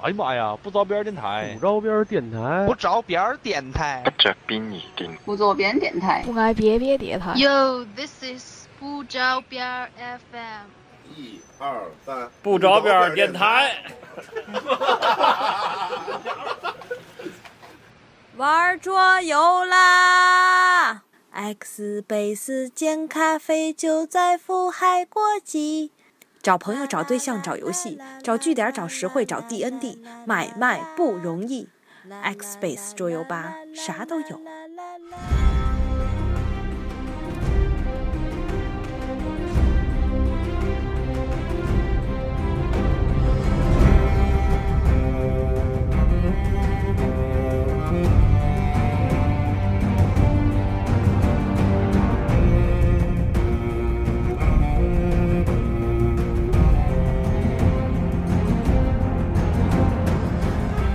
哎呀妈呀，不着边儿电台不，着边儿电台不，着边儿电台不，着边儿电不走边电台。不挨别别叠台， Yo, this is 不着边儿 FM。一二三，不着边儿电台，玩桌游啦！X 贝斯煎咖啡就在富海国际。找朋友、找对象、找游戏、找据点、找实惠、找 DND，买卖不容易。X Space 桌游吧啥都有。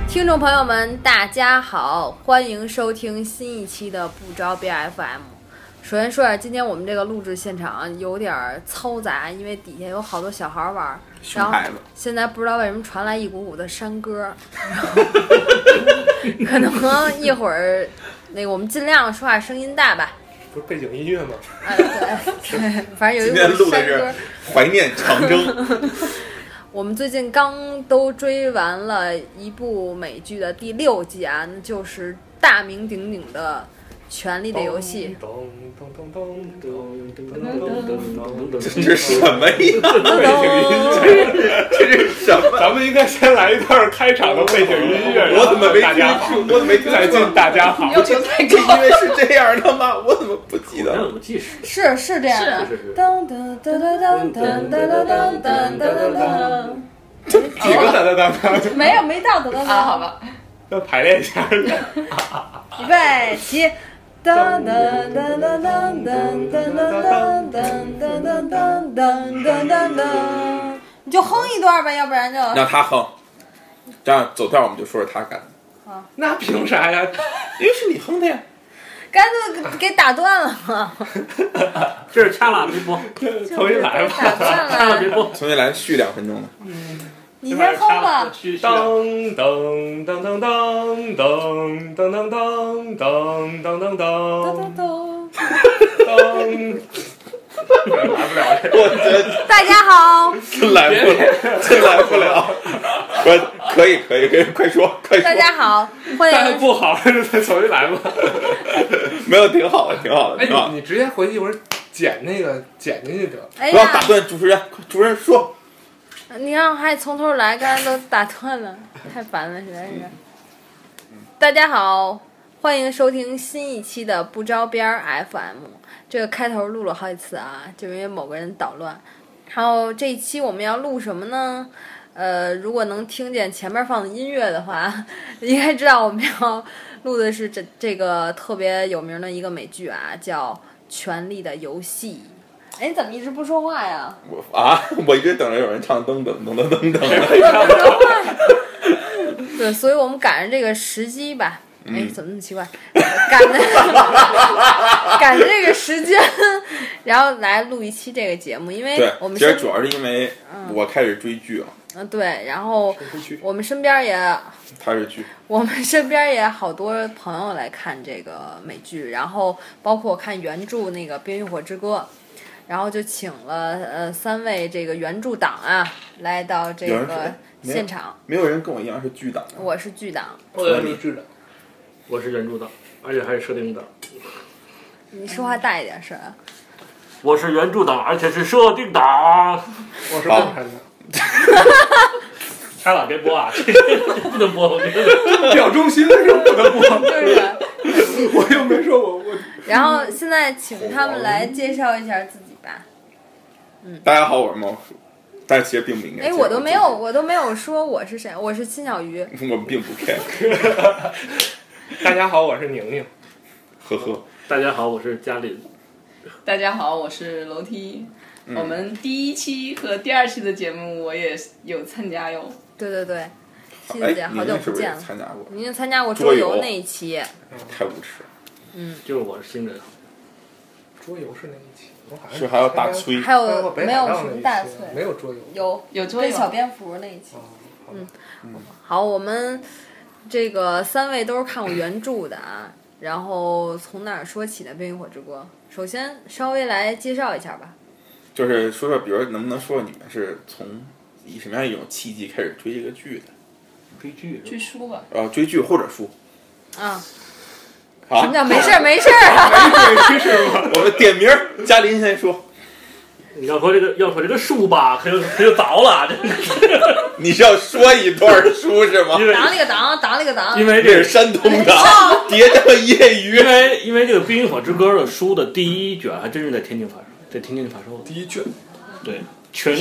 听众朋友们，大家好，欢迎收听新一期的不着边 FM。首先说一下，今天我们这个录制现场有点儿嘈杂，因为底下有好多小孩儿玩儿，熊然后孩子，现在不知道为什么传来一股股的山歌， 然后可能一会儿那个我们尽量说话声音大吧。不是背景音乐吗？哎，对，对 反正有一今天股录的山是歌。怀念长征，我们最近刚都追完了一部美剧的第六季啊，那就是大名鼎鼎的《权力的游戏咚咚咚咚咚咚咚咚咚咚这是什么呀？》。这是什么？咱们应该先来一段开场的背景音乐。我怎么没然后大听家好，出？我怎么没听再出见来？大家好。这这因为是这样的吗？我怎么不记得了？我记是是是这样的。是是。噔噔噔噔噔噔噔噔噔噔噔噔几个哒哒哒哒，噔，没有没到噔噔噔，啊，好，吧，要排练一下。预备起。噔噔噔噔噔噔噔噔噔噔噔噔噔噔噔噔，你就哼一段吧，要不然就让他哼，这样走调我们就说是他干的，那凭啥呀？因为是你哼的呀。干脆给给打断了嘛，这是掐了，别播，重新来吧。打断了。别播。重新来续两分钟吧。你先哼吧，去噔噔噔噔噔噔噔噔噔噔噔噔噔咚咚。噔。来不了这个。我觉得大家好，真来不了，真来不了。我可以可以可以，快说快大说，家好，欢但迎不好，再重新来吧。没有挺好的，挺好的，挺好哎，的啊你。你直接回去一会儿剪那个剪进去得了。哎不要打呀，断主持人，主持人说，你让还从头来，刚才都打断了，太烦了，实在是。大家好，欢迎收听新一期的不着边儿 FM。这个开头录了好几次啊，就因为某个人捣乱。然后这一期我们要录什么呢？呃，如果能听见前面放的音乐的话， 应该知道我们要录的是这这个特别有名的一个美剧啊，叫《权力的游戏》。哎，你怎么一直不说话呀？我啊， 我一直等着有人唱噔噔噔噔噔噔。 对，所以我们赶上这个时机吧。哎，嗯怎么那么奇怪？赶着赶着这个时间，然后来录一期这个节目，因为对哎我，们嗯其实身主要是因为我开始追剧了，嗯对，然后回去。我们身边也开始剧，我们身边也好多朋友来看这个美剧，然后包括看原著那个《冰与火之歌》，然后就请了呃三位这个原著党啊来到这有人是个没有现场。没有人跟我一样是剧党的。我是剧党，我是巨的，嗯我是原著党，而且还是设定党。你说话大一点声啊。我是原著党，而且是设定党。我是共产党。掐了，别播啊！不能播，我觉得。表忠心的时候不能播， 就是我又没说 我我然后现在请他们来介绍一下自己吧。大家好，我是猫叔，但是其实并不应该。哎，我都没有，，我都没有说我是谁，我是辛小鱼。 我们并 不 care， 大家好，我是宁宁。呵呵。大家好，我是嘉林。大家好，我是楼梯。我们第一期和第二期的节目我也有参加哟。对对对，西子哎姐，，好你久那是不不是见也了。嗯参加过？您就参加过桌桌游游那一期，太无耻了，就是我是新人，桌游是那一期，我好像是还要大参加崔还参加过有呃北呃没海有道那什一么期大岁？没有桌游。哦有有桌跟游小蝙蝠那一期，好，我们这个三位都是看过原著的啊，然后从哪儿说起呢？《冰与火之歌》，首先稍微来介绍一下吧。就是说说，比如能不能说说你们是从以什么样一种契机开始追这个剧的？追剧是去吧书吧，呃，追剧或者书啊，啊？什么叫没事儿没事儿啊？ 我们点名儿，嘉林先说，你要说这个，要说这个书吧，可就可就糟了，这个你是要说一段书是吗？因为挡了个挡，挡了个挡。因为这这是个山东的，别这么业余因。为因为这个《冰与火之歌》的书的第一卷还真是在天津发售，在天津发售的，第一卷，对，全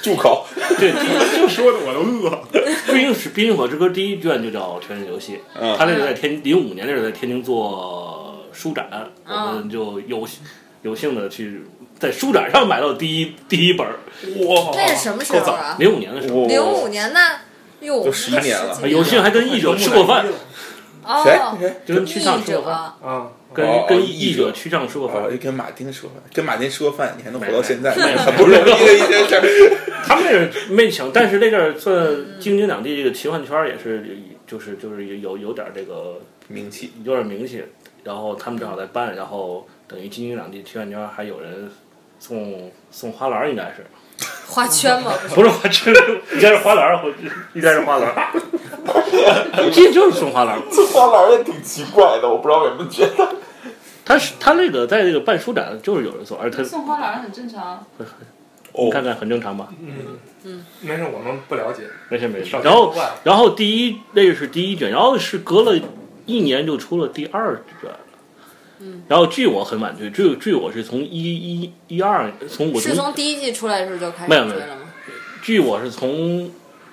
住口！对就说的我都饿了。 《冰是《冰与火之歌》第一卷就叫《全员游戏》，嗯他那是在天零五年那时候在天津做书展，嗯我们就有有幸的去在书展上买到第一第一本儿，哇那是什么时候啊？零五年的时候，我零五年呢？哟，都11年了十几有啊幸还跟译者吃过饭， 谁哦，谁？就跟译区上吃过饭，者啊！哦跟哦跟译译者者区上吃过啊饭，，跟马丁说饭，跟马丁吃过饭，你还能活到没现在，没很不容易的一件事儿。 他们那是没请，但是那阵儿算京津两地这个奇幻圈儿也是就是就是有有点儿这个名气，有点名气，然后他们正好在办，然后等于京津两地奇幻圈儿还有人送送花篮儿，应该是。花圈 嘛，不是花痴，应该是花篮儿，我应该是花 篮儿。这就是送花篮儿。这花篮也挺奇怪的，我不知道为什么觉得。他是他那个在这个办书展就是有人送，而他送花篮很正常。哦你，看看很正常吧，嗯没事，我们不了解。没事没事少。见然后多怪然后第一那个是第一卷，然后是隔了一年就出了第二卷。嗯，然后剧我很晚追，剧剧我是从一一一二，从我是从从第一季出来的时候就开始没有追没了吗？剧我是从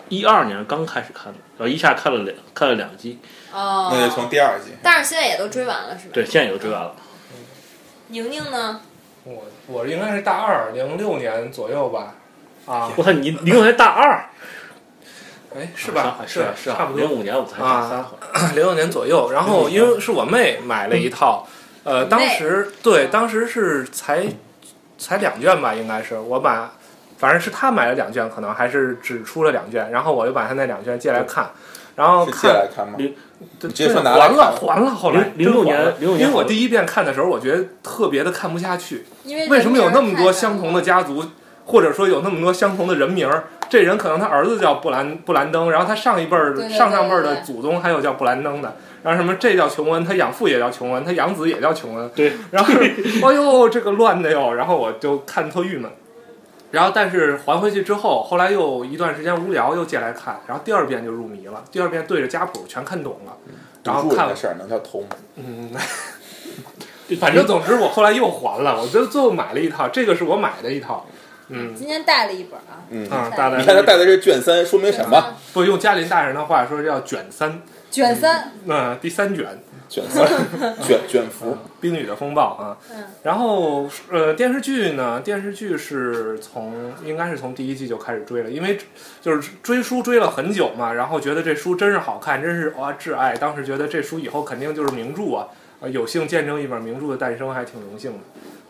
一二年刚开始看的，然后一下看了两看了两季，哦，那就从第二季。但是现在也都追完了是吧？对，现在也就追完了。宁宁呢？我我应该是大二，零六年左右吧。啊，我看你你刚才大二，哎， 是啊吧？是啊是啊，差不零多五年我才啊大三好像，零六年左右。然后因为是我妹买了一套，呃，妹当时对，当时是才才两卷吧，应该是我把，反正是她买了两卷，可能还是只出了两卷，然后我就把她那两卷借来看，然后是借看来哦看吗？对你直接说拿来还看了还了，后来零零六年真还了零六年因为好我像第一遍看的时候，我觉得特别的看不下去，因为为什么有那么多人名儿太相同的难了？家族，或者说有那么多相同的人名儿？这人可能他儿子叫布兰布兰登，然后他上一辈儿对对对上上辈儿对的对祖宗还有叫布兰登的，然后什么这叫琼恩，他养父也叫琼恩，他养子也叫琼恩。对，然后哎呦这个乱的哟，然后我就看特郁闷。然后，但是还回去之后，后来又一段时间无聊，又借来看，然后第二遍就入迷了。第二遍对着家谱全看懂了，然后赌注看的事儿能叫偷吗？嗯，反正总之我后来又还了，我就最后买了一套，这个是我买的一套，嗯今天带了一本啊，嗯，啊，大你看概他带的是卷三，说明什嗯么？不用嘉林大人的话说叫卷三，卷三，那、第三卷卷三， 卷卷福。冰雨的风暴啊，嗯然后呃电视剧呢，电视剧是从应该是从第一季就开始追了，因为就是追书追了很久嘛，然后觉得这书真是好看，真是哇挚爱，当时觉得这书以后肯定就是名著啊，呃有幸见证一本名著的诞生还挺荣幸的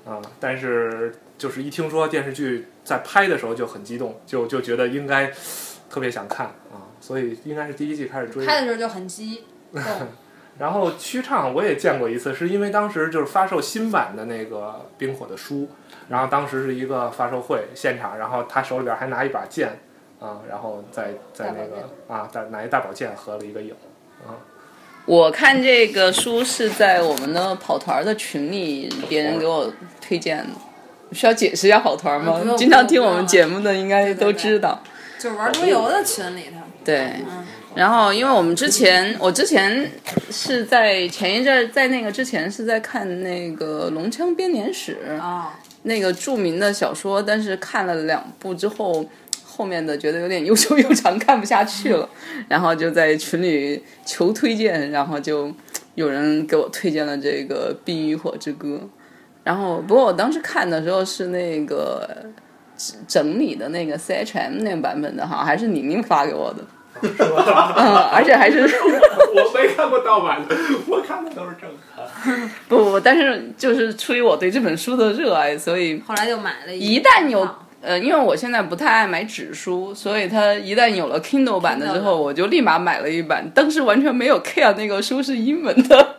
啊、但是就是一听说电视剧在拍的时候就很激动，就就觉得应该特别想看啊，所以应该是第一季开始追的拍的时候就很 哦激动，然后曲畅我也见过一次，是因为当时就是发售新版的那个冰火的书，然后当时是一个发售会现场，然后他手里边还拿一把剑，啊、然后在在那个啊大拿一大宝剑合了一个影，我看这个书是在我们的跑团的群里，别人给我推荐的。需要解释一下跑团吗嗯不用？经常听我们节目的应该都知道。就是玩桌游的群里头，对，然后因为我们之前，我之前是在前一阵儿，在那个之前是在看那个《龙枪编年史》啊，那个著名的小说，但是看了两部之后，后面的觉得有点 又久又长，看不下去了，然后就在群里求推荐，然后就有人给我推荐了这个《冰与火之歌》，然后不过我当时看的时候是那个整理的那个 CHM 那个版本的哈，还是宁宁发给我的。 嗯，而且还是 我没看过盗版的，我看的都是正版。不不，但是就是出于我对这本书的热爱，所以后来就买了一旦有呃，因为我现在不太爱买纸书，所以它一旦有了 Kindle 版的之后，我就立马买了一版，当时完全没有 care 那个书是英文的。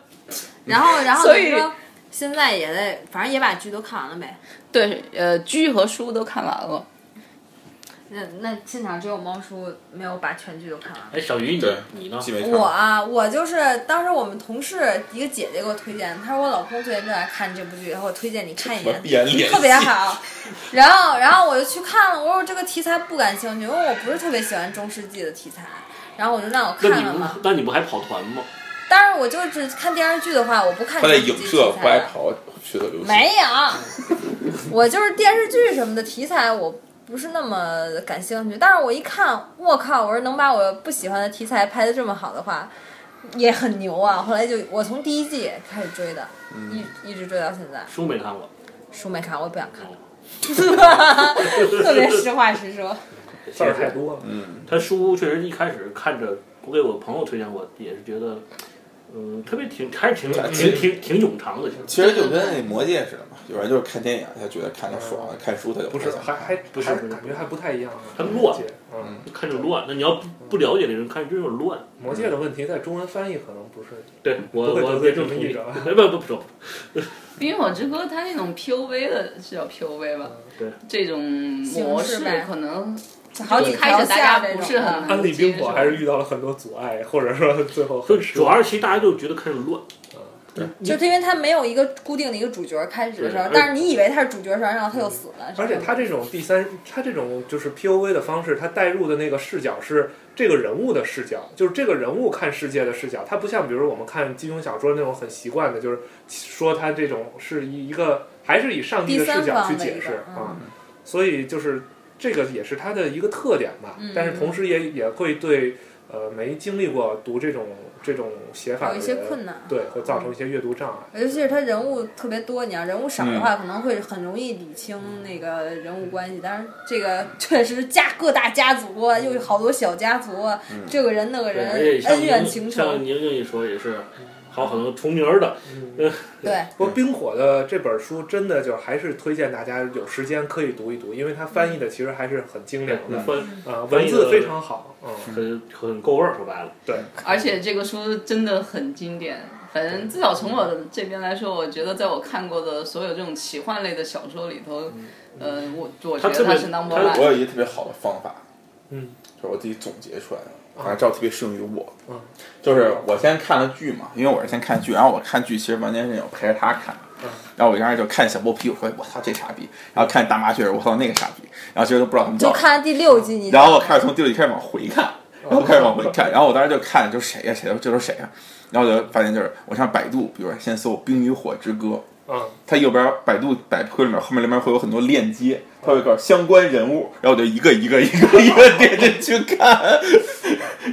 然后然后所你以说现在也得，反正也把剧都看完了呗。对，呃，剧和书都看完了。那那现场只有猫叔没有把全剧都看完。哎，小鱼，对你你呢？既没看我啊，我就是当时我们同事一个姐姐给我推荐，她说我老公最近正在看这部剧，然后我推荐你看一什么眼，必然联系，特别好。然后，然后我就去看了，我说这个题材不感兴趣，因为我不是特别喜欢中世纪的题材。然后我就让我那看你了嘛不，，那你不还跑团吗？当然我就只看电视剧的话，我不看他中在世纪影题射不材爱的。跑学的流行。没有，我就是电视剧什么的题材我不是那么感兴趣，但是我一看，我靠，我说能把我不喜欢的题材拍的这么好的话，也很牛啊！后来就我从第一季开始追的，嗯一一直追到现在，书没看过，书没看，我也不想看，哦特别实话实说。字儿太多了。嗯，他书确实一开始看着，我给我朋友推荐过，也是觉得，嗯，特别挺还是挺挺挺挺冗长的。其实其实就跟那魔戒似的嘛，有人就是看电影他觉得看着爽，看书他就嗯不太是，想还还不是还不是感觉还不太一样啊。它乱魔戒嗯，看着乱，那你要不不了解的人看着真有点乱。魔戒的问题在中文翻译可能不是对我不会我得也罪这么什么同意。译者哎不不不说， 《冰火之歌》它那种 POV 的是叫 POV 吧？嗯对，这种模式形式呗可能 好几开条始大家下这不种是很安利冰接受火还是遇到了很多阻碍，或者说最后就很失主望要是其实大家就觉得看着乱，就是因为他没有一个固定的一个主角开始的时候对，但是你以为他是主角的时候，然后他又死了。而且他这种第三，他这种就是 POV 的方式，他带入的那个视角是这个人物的视角，就是这个人物看世界的视角。他不像比如我们看金庸小说那种很习惯的，就是说他这种是以一个还是以上帝的视角去解释第三方的一个嗯啊、所以就是这个也是他的一个特点吧。嗯但是同时也也会对呃没经历过读这种这种写法有的一人，些困难。啊对，会造成一些阅读障碍。尤其是他人物特别多，你要人物少的嗯话，可能会很容易理清那个人物关系。但是这个 确实家各大家族啊，又有好多小家族啊，嗯这个人那个对，人而且，像恩怨宁情像仇。宁宁一说也是，还有很多重名儿的，对，不过《冰火》的这本书真的就还是推荐大家有时间可以读一读，因为它翻译的其实还是很嗯精良的，啊、翻文字非常好，嗯，很很够味儿，说白了。对，而且这个书真的很经典。反正至少从我的这边来说，我觉得在我看过的所有这种奇幻类的小说里头，呃，我我嗯觉它这得么它是 number 它 one。我有一个特别好的方法，嗯，就是我自己总结出来的，反正照特别适用于我。嗯，就是我先看了剧嘛，因为我是先看剧，然后我看剧其实完全是有陪着他看。嗯然后我当时就看小剥皮，我说我操这傻逼，然后看大麻雀，我操那个傻逼，然后其实都不知道他们就叫什么。看了第六季，你 知然后道我吗开始从第六集开始往回看，然后开始往回看，然后我当时就看，就是谁呀、谁呀、这都是谁呀、然后我就发现就是我上百度，比如说先搜《冰与火之歌》，嗯，它右边百度百科里面后面里面会有很多链接，它会告诉相关人物，然后我就一个一个一个一个点进去看，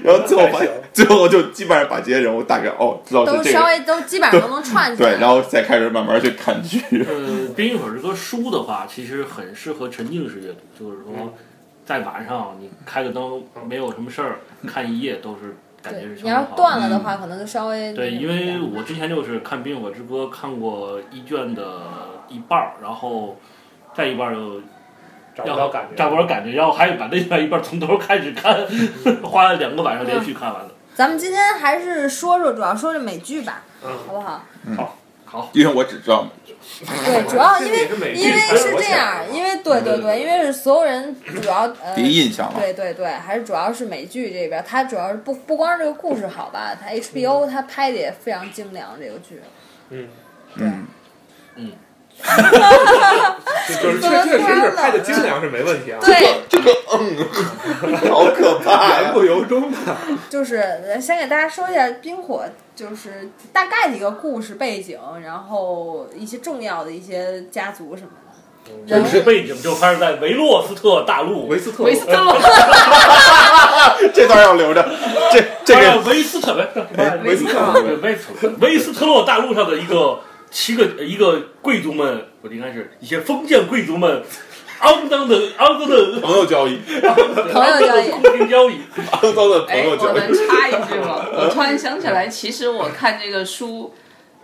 然后最后发现最后就基本上把这些人物大概哦知道都是这稍个。微都基本上都能串起对，来。然后再开始慢慢去看剧。呃，《冰与火之歌》书的话，其实很适合沉浸式阅读，就是说嗯，在晚上你开个灯，没有什么事儿，看一夜都是感觉对是，你相要是当好的。断了的话，可能就稍微对，那因个一为点我之前就是看《冰与火之歌》，看过一卷的一半儿，然后再一半儿又找不要到感觉，找不到感觉，然后还把那另外一半儿从头开始看， 花了两个晚上连续看完了。咱们今天还是说说，主要说说美剧吧，好嗯，不好？好，因为我只知道，对， 主要因这为也是美剧因为才有是我这想样的，嘛因为对对对，因为是所有人主要呃嗯第一印象嘛，对对对，还是主要是美剧这边，它主要是不不光是这个故事好吧，它 HBO 它拍的也非常精良，这个剧。嗯，嗯，就就是确确实是拍的精良是没问题啊，对，好可怕呀言！不由衷的，就是呃先给大家说一下《冰火》，就是大概的一个故事背景，然后一些重要的一些家族什么的。故事背景就发生在维洛斯特大陆，维斯特，维呃斯特洛，这段要留着，这这当个然维斯特哎维维斯特对维斯特维斯特洛大陆上的一个七个一个贵族们，不应该是一些封建贵族们，肮脏的肮脏的朋友交易，朋 友交易肮脏的 空军交易。肮脏的朋哎，友我交易能。插一句吗？我突然想起来，其实我看这个书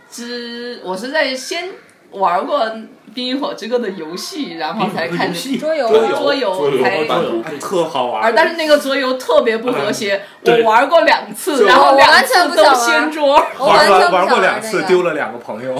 之，我是在先玩过《冰与火之歌》的游戏，然后才开游始戏桌游桌游桌游哎才桌游对特好玩玩，儿。啊但是那个桌游特别不和嗯谐。对我玩过两次，就然后我两完全次不啊都想玩掀桌。我玩全过不想玩过玩两这次，个丢了两个朋友。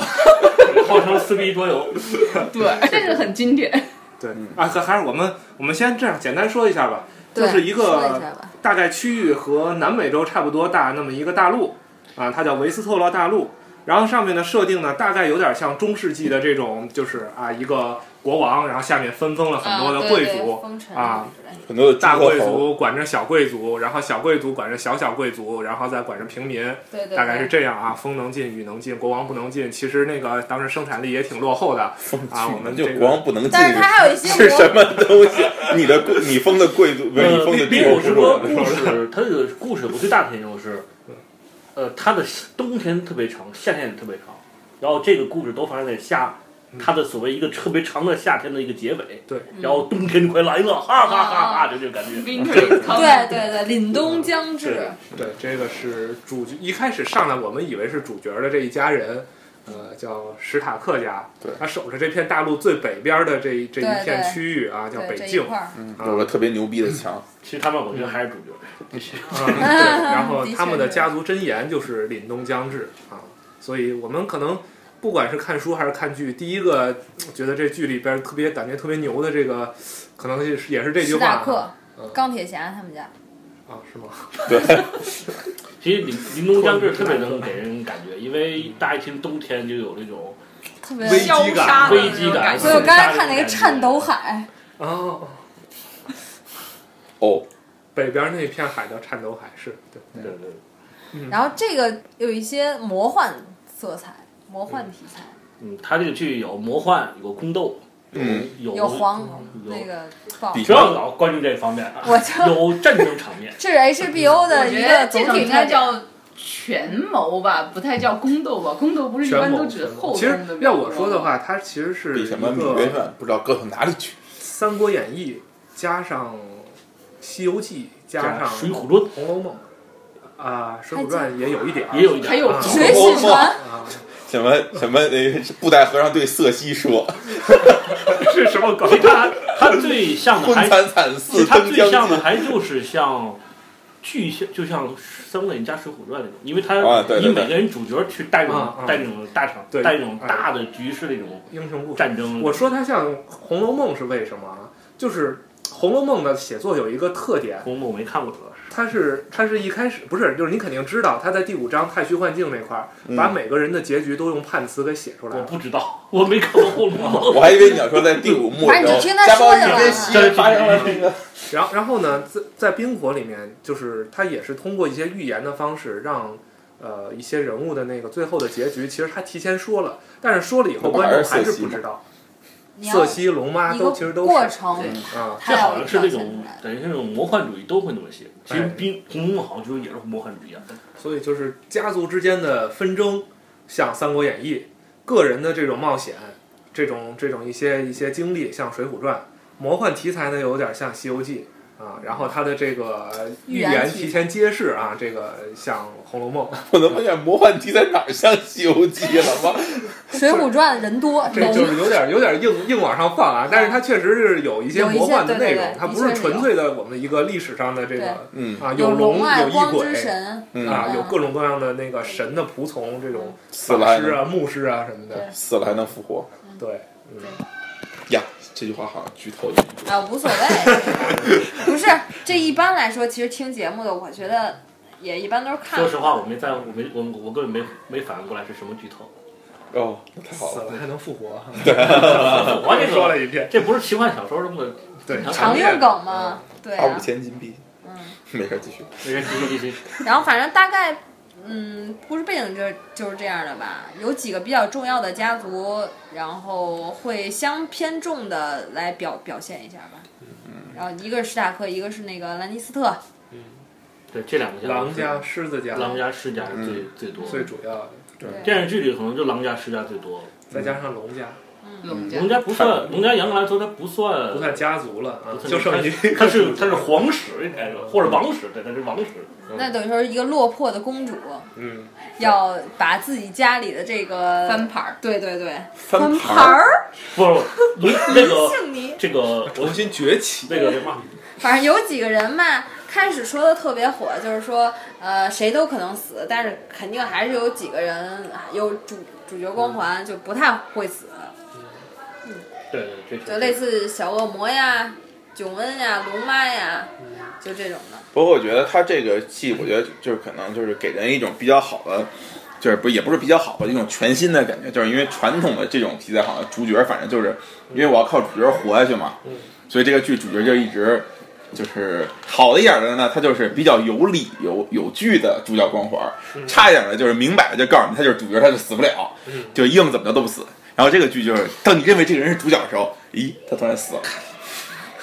号称撕逼桌游， 对，这个很经典。对啊，还还是我们我们先这样简单说一下吧，就对是一说一个下吧大概区域和南美洲差不多大那么一个大陆啊，它叫维斯特洛大陆。然后上面的设定呢，大概有点像中世纪的这种，就是啊，一个国王，然后下面分封了很多的贵族，啊，很多的大诸贵侯族管着小贵族，然后小贵族管着小小贵族，然后再管着平民，对对对，大概是这样啊。风能进，雨能进，国王不能进。其实那个当时生产力也挺落后的啊，我们就这个国王不能进。但是它还有一些是魔什么东西？你的贵你封的贵族，不是你呃，封的帝冰冰火国之是歌我故的是吧事，它这个故事我最大的印象是，呃，它的冬天特别长，夏天也特别长，然后这个故事都发生在夏，它的所谓一个特别长的夏天的一个结尾，对，然后冬天快来了，哈哈哈哦哈，就这种感觉。 Winter is 对 coming 对对，凛冬将对至，对，这个是主角。一开始上来，我们以为是主角的这一家人，呃，叫史塔克家，对他守着这片大陆最北边的这一这对一片对区域啊，叫对北这一境。块儿，有个特别牛逼的墙，其实他们我觉得还是主角，嗯，对， 然后的确他们的是家族箴言就是“凛冬将至”啊，所以我们可能不管是看书还是看剧，第一个呃觉得这剧里边特别感觉特别牛的这个，可能也是也是这句史话塔啊克嗯、钢铁侠他们家，啊，是吗？其实林林东将至特别能给人感觉，因为大一听冬天就有那种特别。危所机感嗯消杀的危那机种感感以我觉。刚才看那个颤抖海，哦，哦，北边那片海叫颤抖海是，对，对对对。然后这个有一些魔幻色彩、魔幻题材，嗯，它这个剧有魔幻，有宫斗，嗯有有黄有那个爆，比不要老关注这方面啊，我就有战争场面。这是 HBO 的一个总这种体应该特点。叫权谋吧，不太叫宫斗吧。宫斗不是一全般都谋指全后谋。宫其实的吗要我说的，话，它其实是比一个什么《芈月传》不知道搁到哪里去。 《三国演义》加上《西游记》 加上水《浒论红楼梦》啊，《水浒传》也有一点儿，也有一点，还有啊水洗船，啊，什么什么呃，布袋和尚对色西说是什么梗？啊它它最：“像的昏还，惨惨其实似它灯最像将的尽。还就是像。巨像就像《三国演义》加《水浒传》那种，因为它啊对以对对每个人主角去带啊动啊带那种大场对带那种大的局势那种英雄故事。战争。我说它像《红楼梦》是为什么啊？就是《红楼梦》的写作有一个特点，红楼梦我没看过，主要是它是它是一开始不是，就是你肯定知道，它在第五章太虚幻境那块儿，嗯把每个人的结局都用判词给写出来我了。不知道，我没看过 红楼梦。我还以为你要说在第五幕，然反正后你听他家暴说一就跟完了西人发生了那个，然后然后呢，在在冰火里面，就是它也是通过一些预言的方式让。呃，一些人物的那个最后的结局，其实他提前说了，但是说了以后，那不还观是众还是色西不吗知道。你要色西、龙妈一都个其实都过是程，啊，它这要好像是表那现种出来。等于是那种魔幻主义都会那么写，其实哎冰红楼梦好像就是也是魔幻主义啊。所以就是家族之间的纷争，像《三国演义》；个人的这种冒险，这种这种一些一些经历，像《水浒传》；魔幻题材呢，有点像《西游记》啊。然后它的这个预预言言题提前揭示啊，这个像《红楼梦》，我能问一下魔幻题在哪儿像《西游记》了吗？ 《水浒传》人多，这龙就是有点有点硬硬往上放啊。但是它确实是有一些有一些魔幻的对内对容，对它的不是确是纯有粹的我们一个历史上的这个嗯啊，有龙爱有异光之鬼。神，嗯，啊，有各种各样的那个神的仆从，这种死了法还师能啊、牧师啊什么的，死了还能复活对。嗯呀？这句话好像剧透一点。啊，无所谓。不是，这一般来说，其实听节目的，我觉得也一般都是看。说实话，我没在，我没我我根本没没反应过来是什么剧透。哦，那太好死了。了还能复活， 我这啊说了一遍，这不是奇幻小说中的对，常用梗嘛，嗯对花啊哦五。千金币。嗯，啊没事，继续。那个第一集然后反正大概，嗯，故事背景就就是这样的吧。有几个比较重要的家族，然后会相偏重的来表表现一下吧。然后一个是史塔克，一个是那个兰尼斯特， 对这两个狼家、狮子家狼家世家是最、最多，最主要的，对电视剧里可能就狼家世家最多。再加上龙家，嗯，龙家农家不算，农家杨格兰族它不算不，算家族了啊不，算就剩一个它是它是皇室应该是，或者王室，对，它是王室。那等于说一个落魄的公主 嗯，要把自己家里的这个翻牌儿，对对对，翻牌儿，不是，不是那个姓倪。这个我重新崛起，那个什么，反正有几个人嘛，开始说的特别火，就是说，呃，谁都可能死，但是肯定还是有几个人啊有主主角光环，就不太会死，对对，这就类似小恶魔呀、囧恩呀、龙妈呀，就这种的。不过我觉得他这个戏，我觉得就是可能就是给人一种比较好的，就是不也不是比较好吧，一种全新的感觉，就是因为传统的这种题材好像主角反正就是因为我要靠主角活下去嘛，所以这个剧主角就一直就是好的一点的呢，他就是比较有理有有据的主角光环儿，差一点的就是嗯明摆着就告诉你他就是主角，他就死不了，就硬怎么着都不死。然后这个剧就是，当你认为这个人是主角的时候，咦，他突然死了。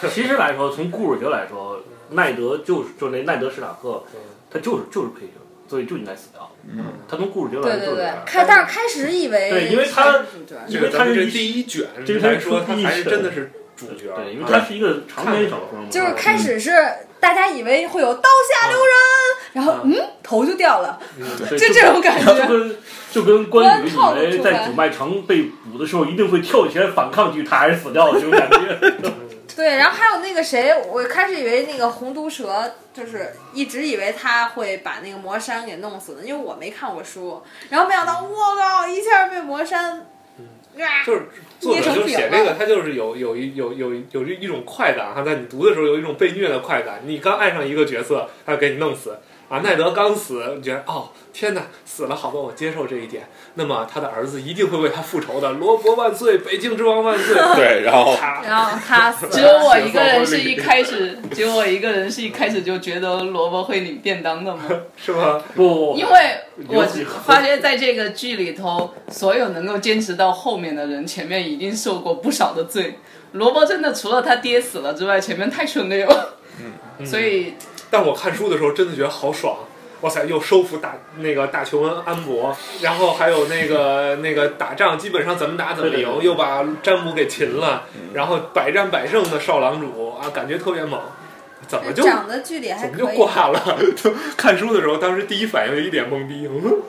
其实来说，从故事角来说，奈德就是就那奈德史塔克，他就是就是配角，所以就应该死掉。嗯，他从故事角对来说对就是这对样，。开但是开始以为对因为他他是主角，因为咱他们是这一第一卷这是他来说，出他第一还是真的卷是主角，对，因为啊它是一个长篇小说嘛，就是开始是大家以为会有刀下留人，然后嗯头就掉了，对就这种感就觉。跟就跟关羽关以套路为出在来主麦城被捕的时候一定会跳起来反抗句，他还是死掉了这种感觉。对，然后还有那个谁，我开始以为那个红毒蛇，就是一直以为他会把那个魔山给弄死的，因为我没看过书，然后没想到我靠，一下被魔山，啊就是作者就写这个，他就是有有一有有有一种快感哈，在你读的时候有一种被虐的快感。你刚爱上一个角色，他就给你弄死啊。奈德刚死，你觉得哦天哪，死了，好吧，我接受这一点。那么他的儿子一定会为他复仇的，罗伯万岁，北境之王万岁。 对，然后啪然后他死只有了。我一个人是一开始，只有我一个人是一开始就觉得萝卜会领便当的吗？ 是吗？不，因为我尤其发觉在这个剧里头，所有能够坚持到后面的人，前面一定受过不少的罪。萝卜真的除了他爹死了之外，前面太顺溜了。嗯所以但我看书的时候真的觉得好爽。哇塞！又收服大那个大琼恩安博，然后还有那个那个打仗，基本上怎么打怎么对对嗯赢，对又把詹姆给擒了，然后百战百胜的少郎主啊，感觉特别猛。怎么就怎长得距离还么就可以，挂了？ 就看书的时候，当时第一反应就一脸懵逼，嗯，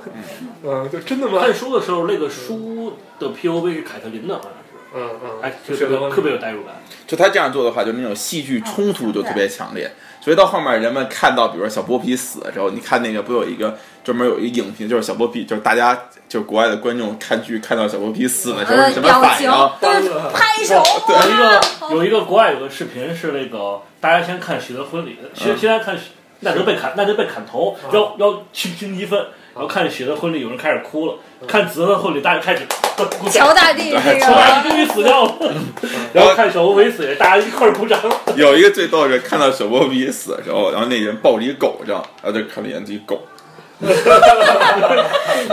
嗯，就真的吗？ 看书的时候，那个书的 POV 是凯特琳的，好像是，嗯嗯，哎，就学德文特别有代入感。就他这样做的话，就那种戏剧冲突就特别强烈。所以到后面人们看到，比如说小剥皮死了之后，你看那个不有一个专门有一个影评，就是小剥皮，就是大家就是国外的观众看剧看到小剥皮死的时候呃，是什么表反情应？啊都是 拍手，有一个哇有一个国外有个视频是那个大家先看许的婚嗯礼，先先来看许奈德被砍，奈德被砍头，要要群情激愤，嗯然后看许的婚礼有人开始哭了，看子恩的婚礼大家开始 鼓掌 乔，大帝这乔大个，帝终于死掉了，嗯然后看小欧没死，大家一块儿鼓掌。有一个最逗的是看到小剥皮死的时候，然后那人抱着一狗这样，然后就看了一眼自己狗，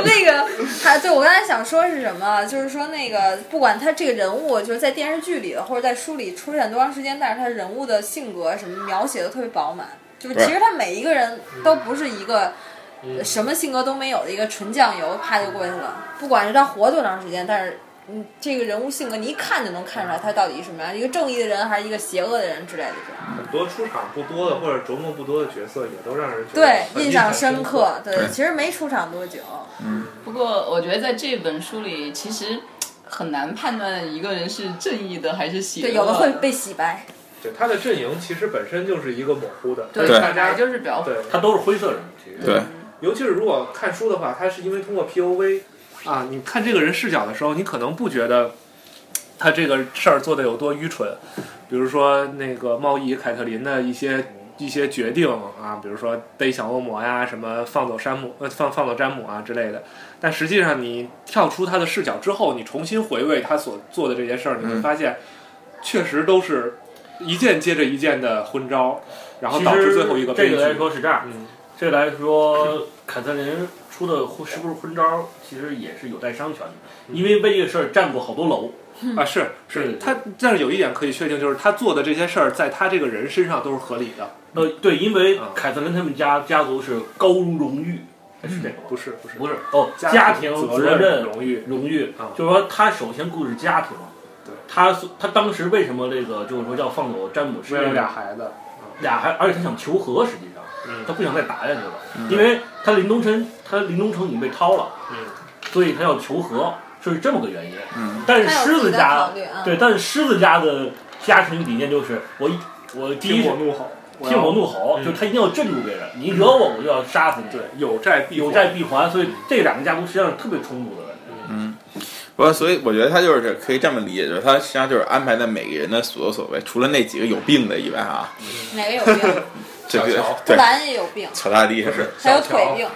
那个还对我刚才想说是什么，就是说那个不管他这个人物，就是在电视剧里的或者在书里出现多长时间，但是他人物的性格什么描写的特别饱满，就是其实他每一个人都不是一个。呃什么性格都没有的一个纯酱油，啪就过去了。不管是他活多长时间，但是嗯，这个人物性格你一看就能看出来他到底是什么样，一个正义的人还是一个邪恶的人之类的这样。很多出场不多的或者琢磨不多的角色，也都让人觉得对，很印象深深刻。。对，其实没出场多久。不过我觉得在这本书里，其实很难判断一个人是正义的还是邪恶对，有的会被洗白。对，他的阵营其实本身就是一个模糊的，对，对大本来家就是比较对他都是灰色人，其实嗯对，尤其是如果看书的话，它是因为通过 POV 啊，你看这个人视角的时候，你可能不觉得他这个事儿做的有多愚蠢。比如说那个贸易凯特琳的一些一些决定啊，比如说逮小恶魔呀，什么放走山姆呃放放走詹姆啊之类的。但实际上，你跳出他的视角之后，你重新回味他所做的这些事儿，你会嗯发现，确实都是一件接着一件的昏招，然后其导致实最后一个悲这剧。个来说是这样，嗯，这个来说 凯特琳出的昏是不是昏招，其实也是有待商榷的，嗯因为为这个事儿占过好多楼。啊，是对是，对他但是有一点可以确定，就是他做的这些事儿，在他这个人身上都是合理的，呃，对，因为啊凯瑟琳他们家家族是高如荣誉，是这个吗？嗯不是不是不是哦，家庭责责任荣誉，荣誉啊，就是说他首先顾及家庭，他他当时为什么这个就是说要放走詹姆斯？为了俩孩子，俩还，而且他想求和，实际上嗯他不想再打下去了，因为他林东城他林东城已经被掏了，嗯，所以他要求和，是这么个原因。嗯，但是他有狮自己子的家考虑啊。对，但是狮子家的家庭理念就是我一我第一听是我怒吼，要听我，怒吼，嗯就他一定要镇住别人，你惹我我就要杀死你。对，有债必有还债必还，所以这两个家族实际上是特别冲突的。我所以我觉得他就是可以这么理解，就是他实际上就是安排的每个人的所作所为，除了那几个有病的以外啊，哪个有 病？这个小乔布对兰也有病，乔大帝是还有小乔腿病。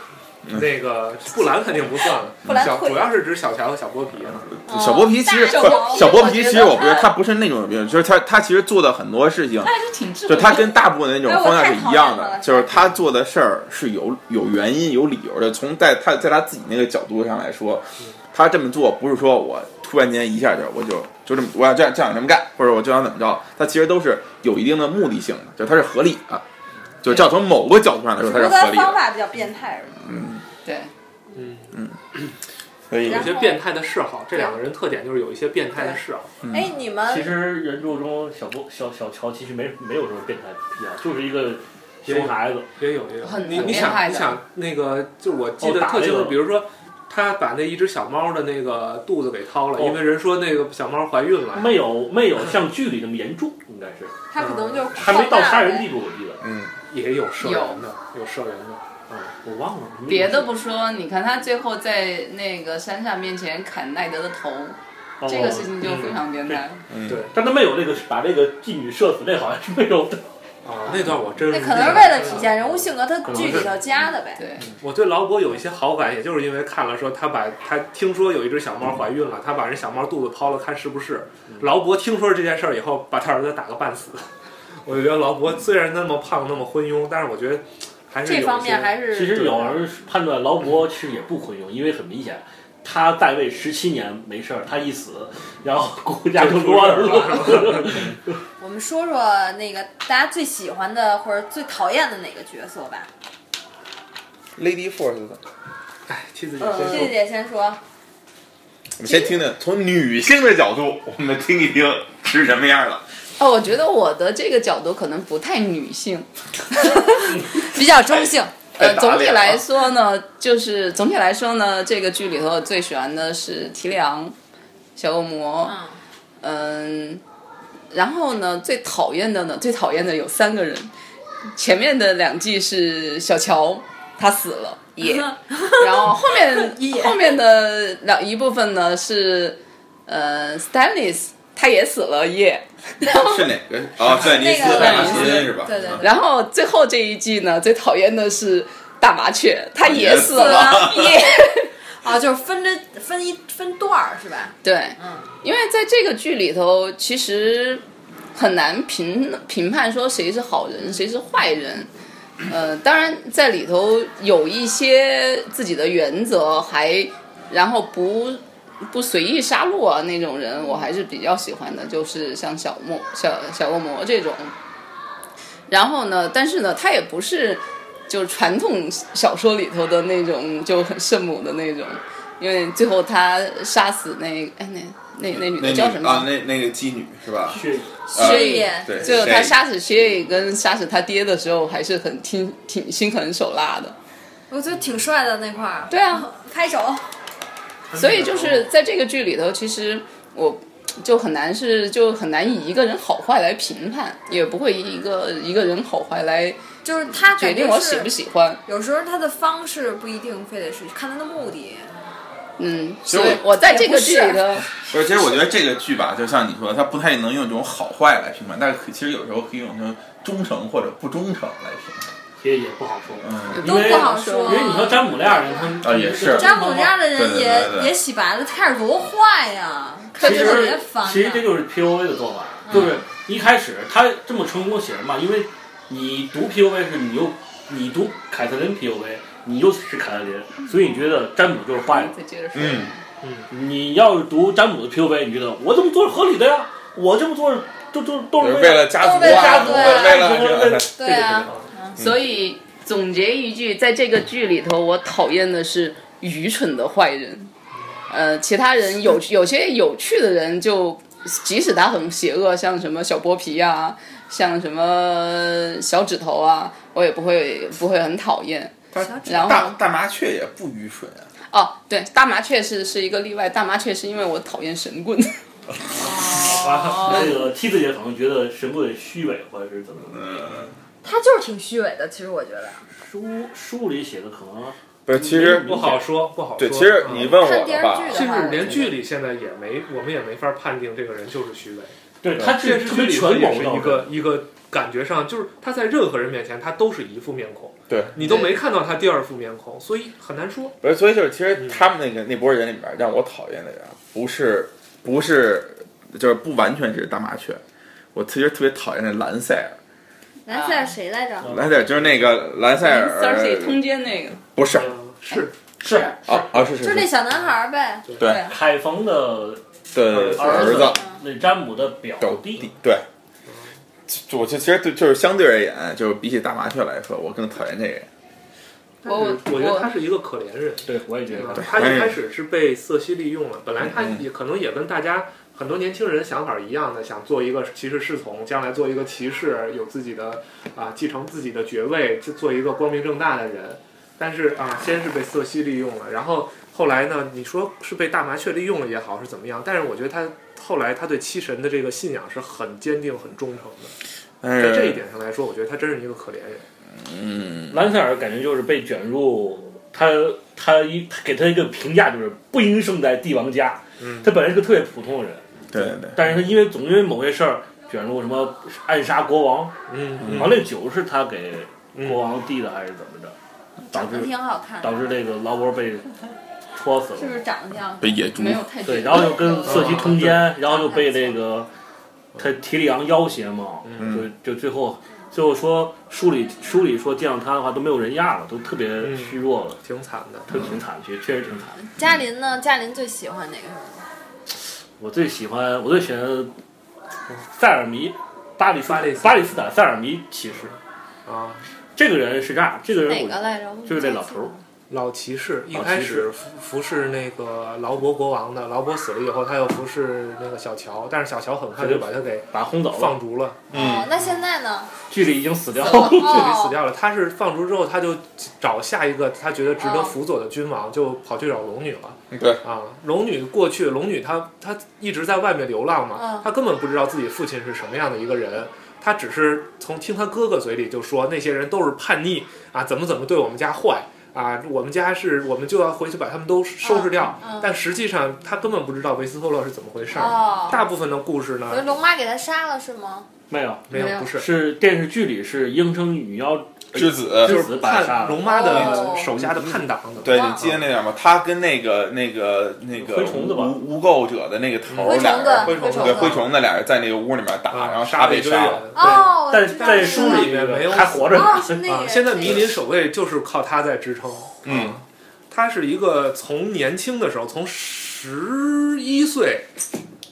那个布兰肯定嗯不算了，布兰小退主要是指小乔和小剥皮啊，小剥皮，其实嗯大不是小小剥我皮，觉得其实我不是他他不是那种病，就是他他其实做的很多事情，他还是挺智慧就的。他跟大部分那哎种我框架太是讨一厌样他的了，就是他做的事儿是有有原因、有理由的。从在他在他自己那个角度上来说，他这么做不是说我突然间一下就我就就这么我要这样这样这么干，或者我就想怎么着，他其实都是有一定的目的性的，就他是合理的。就叫从某个角度上来说，他是我合的理的。方法比较变态而已。对，所以然有些后变态的嗜好，这两个人特点就是有一些变态的嗜好，嗯哎，你其们实原著中小波小小乔其实没没有什么变态癖好，就是一个熊孩子。也有也有很。你很你变态想的你想那个，就是我记得哦打特清那楚，个比如说。他把那一只小猫的那个肚子给掏了，哦因为人说那个小猫怀孕了。没有没有像剧里那么严重，应该是嗯他可能就还没到杀人地步，我记得。嗯，也有射人的，有射人的，嗯，我忘了别的不说，你看他最后在那个山下面前砍奈德的头，哦这个事情就非常变态。但他没有那个把那个妓女射死，那好像是没有的。啊，那段我真那可能是为了体现人物性格，他剧里头加的呗。对，我对劳勃有一些好感，也就是因为看了说他把他听说有一只小猫怀孕了，他把人小猫肚子掏了看是不是。嗯劳勃听说这件事儿以后，把他儿子打个半死。 我就觉得劳勃虽然那么胖那么昏庸，但是我觉得还是有这一方面些还是其实有人判断劳勃其实也不昏庸，因为很明显，他在位十七年没事儿，他一死，然后国家哦就乱了。 我们说说那个大家最喜欢的或者最讨厌的哪个角色吧。 Lady Force，哎，妻子姐谢谢先姐先说，我们先听听从女性的角度，我们听一听是什么样的。哦，我觉得我的这个角度可能不太女性， 比较中性。呃， 太打总体脸了来说呢，就是总体来说呢，这个剧里头我最喜欢的是提里昂、小恶魔，嗯，嗯，然后呢，最讨厌的呢，最讨厌的有三个人，前面的两季是小乔，他死了， 耶、哦然后 后面后面的两一部分呢是呃 Stanley，他也死了，耶、是哪个？哦，塞尼斯那个艾玛辛是吧？啊对对对然后最后这一季呢，最讨厌的是大麻雀，它也也死死了耶。 哦，就是分着分一分段儿是吧？对，嗯，因为在这个剧里头，其实很难评评判说谁是好人，谁是坏人。呃，当然在里头有一些自己的原则，还然后不不随意杀戮啊那种人，我还是比较喜欢的，就是像小莫、小小恶魔这种。然后呢，但是呢，他也不是就是传统小说里头的那种就很圣母的那种，因为最后他杀死那哎那那那女那的叫什么？啊？那那个妓女是吧？啊去所以对，最后他谁杀死薛野跟杀死他爹的时候，还是很挺挺心狠手辣的。我觉得挺帅的那块儿。对啊，拍手。所以就是在这个剧里头，其实我就很难是就很难以一个人好坏来评判，也不会以一个一个人好坏来就是他决感定觉我喜是不喜欢。有时候他的方式不一定非得是看他的目的。嗯，实我所以我在这也个不是剧里头，不是，其实我觉得这个剧吧，就像你说，的，它不太能用这种好坏来评判，但是可其实有时候可以用这种忠诚或者不忠诚来评判。也也不好说，嗯，因都为不好说因为你说詹姆那样人，他们啊也是詹姆这样的对人对也对对也洗白了，他开始多坏呀，可看着其是特实别烦嗯其实这呐。就是 POA 的做法，就是一开始他这么成功写什么？因为你读 POA 是你又你读凯瑟琳 POA，你又是凯瑟琳，所以你觉得詹姆就是坏的。再接着说。嗯，你要是读詹姆的 PUA，你觉得我这么做是合理的呀？我这么做就就都就是是为了家族都为了啊，家我族为了为 了 这个对啊，所以总结一句，在这个剧里头，我讨厌的是愚蠢的坏人。呃，其他人有有些有趣的人就即使他很邪恶，像什么小剥皮啊，像什么小指头啊，我也不会不会很讨厌。然后大大麻雀也不愚蠢啊，哦，对，大麻雀是是一个例外，大麻雀是因为我讨厌神棍。哦啊，那个梯子姐可能觉得神棍虚伪，或者是怎么怎么嗯样。他就是挺虚伪的，其实我觉得。书书里写的可能不是，其实不好说，不好说。对，其实嗯你问我看电的视话剧，的甚话至连剧里现在也没，我们也没法判定这个人就是虚伪。对他电是视剧特别里权头也谋是的一个一个感觉上，就是他在任何人面前他都是一副面孔，对你都没看到他第二副面孔，所以很难说。不是，所以就是其实他们那个那波人里面，让我讨厌的人啊，不是不是，就是不完全是大麻雀。我其实特别讨厌那兰塞尔，蓝色谁来着？兰塞尔就是那个兰塞哎 三十尔，通奸那个不是嗯，是是啊啊是是就是是那，小男孩呗。对凯冯的对儿子那詹姆的表表弟弟，对。就我就其实对，就是相对而言，就是比起大麻雀来说，我更讨厌这个人。我我嗯我觉得他是一个可怜人。对，我也觉对吧嗯得他一开始是被色系利用了，本来他也可能也跟大家很多年轻人想法一样的，想做一个骑士侍从，将来做一个骑士，有自己的啊继承自己的爵位，就做一个光明正大的人。但是啊，先是被色系利用了，然后后来呢，你说是被大麻雀利用了也好，是怎么样？但是我觉得他后来他对七神的这个信仰是很坚定、很忠诚的，但在这一是，点上来说，我觉得他真是一个可怜人。嗯，兰塞尔感觉就是被卷入他他一他给他一个评价就是不应生在帝王家，嗯他本来是个特别普通的人，对对对，但是他因为总因为某些事儿卷入什么暗杀国王，嗯嗯好像那酒是他给国嗯，王递的还是怎么着，导长得致挺好看的，导致这个劳勃被戳死是不了，是长得像？被野猪没有太对，然后又跟瑟西通奸，嗯然后又被这个他提里昂要挟嘛，嗯就就最后最后说书里书里说见到他的话都没有人样了，都特别虚弱了，挺惨的。特挺惨，确确实挺惨。嘉林呢？嘉林最喜欢哪个人？我最喜欢我最喜欢塞尔米巴里斯巴里斯巴里斯坦塞尔米骑士，啊，这个人是这样，这个人哪我个来着？就是那老头儿老骑士一老骑开士始服服侍那个劳勃国王的，劳勃死了以后，他又服侍那个小乔，但是小乔很快就把他给把他轰走了，放逐了，哦，那现在呢？剧里已经嗯死掉了。就死哦，掉了。他是放逐之后，他就找下一个他觉得值得哦辅佐的君王，就跑去找龙女了。对啊，龙女过去，龙女她她一直在外面流浪嘛嗯，她根本不知道自己父亲是什么样的一个人。她只是从听她哥哥嘴里就说那些人都是叛逆啊，怎么怎么对我们家坏啊，我们家是我们就要回去把他们都收拾掉。嗯嗯但实际上她根本不知道维斯特洛是怎么回事儿。哦，大部分的故事我说呢，龙妈给他杀了是吗？ 没有，没没有有不是，是电视剧里是应声女妖之子，之就是子把他杀叛了龙妈的哦手下的叛党啊怎么对哇你记得那点吗？他跟那个那个那个灰虫子吧无无垢者的那个头儿灰俩人虫子，，灰虫虫子对子，灰虫那俩人在那个屋里面打，啊，然后杀他了一被堆杀人了。。对哦，我但知道在了书里面没有还活着呢。哦，是那个啊，人。现在迷迷林守卫就是靠他在支撑。嗯，他是一个从年轻的时候，从十一岁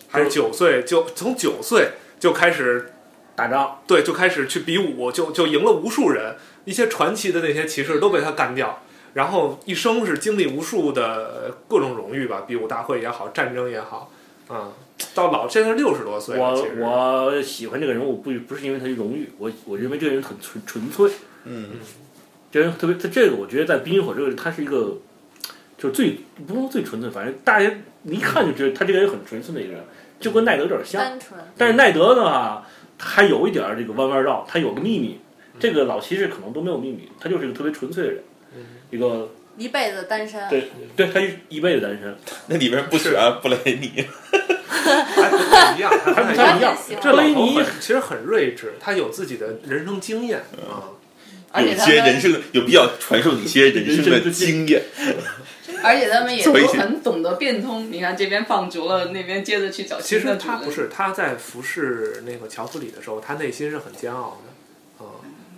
还是九岁，就从九岁就开始， 打仗，对，就开始去比武，就就赢了无数人，一些传奇的那些骑士都被他干掉。然后一生是经历无数的呃各种荣誉吧，比武大会也好，战争也好，啊、到老现在六十多岁了，我其实我喜欢这个人物不不是因为他的荣誉，我我认为这个人很纯纯粹，嗯，这个人特别他这个我觉得在《冰与火》这个他是一个，就是最不能说最纯粹，反正大家你一看就知道他这个人很纯粹的一个人，就跟奈德有点像。单纯，但是奈德呢，他还有一点儿这个弯弯绕，他有个秘密，嗯这个老骑士可能都没有秘密，他就是一个特别纯粹的人，嗯一个一辈子单身。对对，他一一辈子单身，那里面不喜欢布雷尼，还不太一样，还不太一我样也。 一样喜欢这老雷头尼很其实很睿智，他有自己的人生经验啊。而且有他些人们，生有必要传授你一些人生的经验。而且他们也都做一些很懂得变通。你看这边放逐了，那边接着去呃找其新实的主他人。不是他在服侍那个乔弗里的时候，他内心是很煎熬的啊、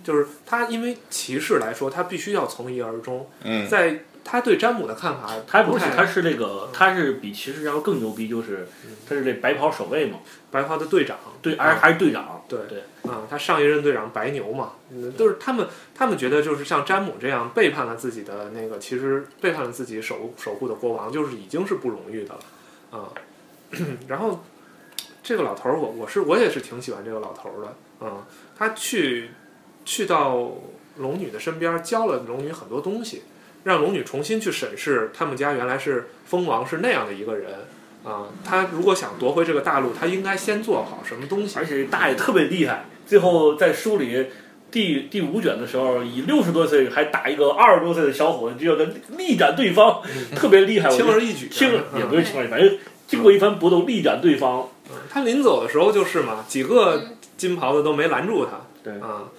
就是他因为骑士来说，他必须要从一而终，嗯，在他对詹姆的看法，他不不是，太嗯他是那个，他是比骑士要更牛逼，就是他是这白袍守卫嘛，白袍的队长，对，啊还还是队长，对对啊，他上一任队长白牛嘛，嗯就是他们他们觉得就是像詹姆这样背叛了自己的那个，其实背叛了自己 守守护的国王，就是已经是不荣誉的了啊。然后这个老头儿我我是我也是挺喜欢这个老头儿的，嗯，他去去到龙女的身边儿，教了龙女很多东西，让龙女重新去审视他们家原来是蜂王是那样的一个人。啊、他如果想夺回这个大陆，他应该先做好什么东西而？且大爷特别厉害，最后在书里第第五卷的时候，以六十多岁还打一个二十多岁的小伙子，就要跟力展对方，特别厉害。我觉轻得而易举，嗯轻嗯也不是轻而易举，反啊正经过一番搏斗，力展对方。他临走的时候就是嘛，几个金袍子都没拦住他。对啊，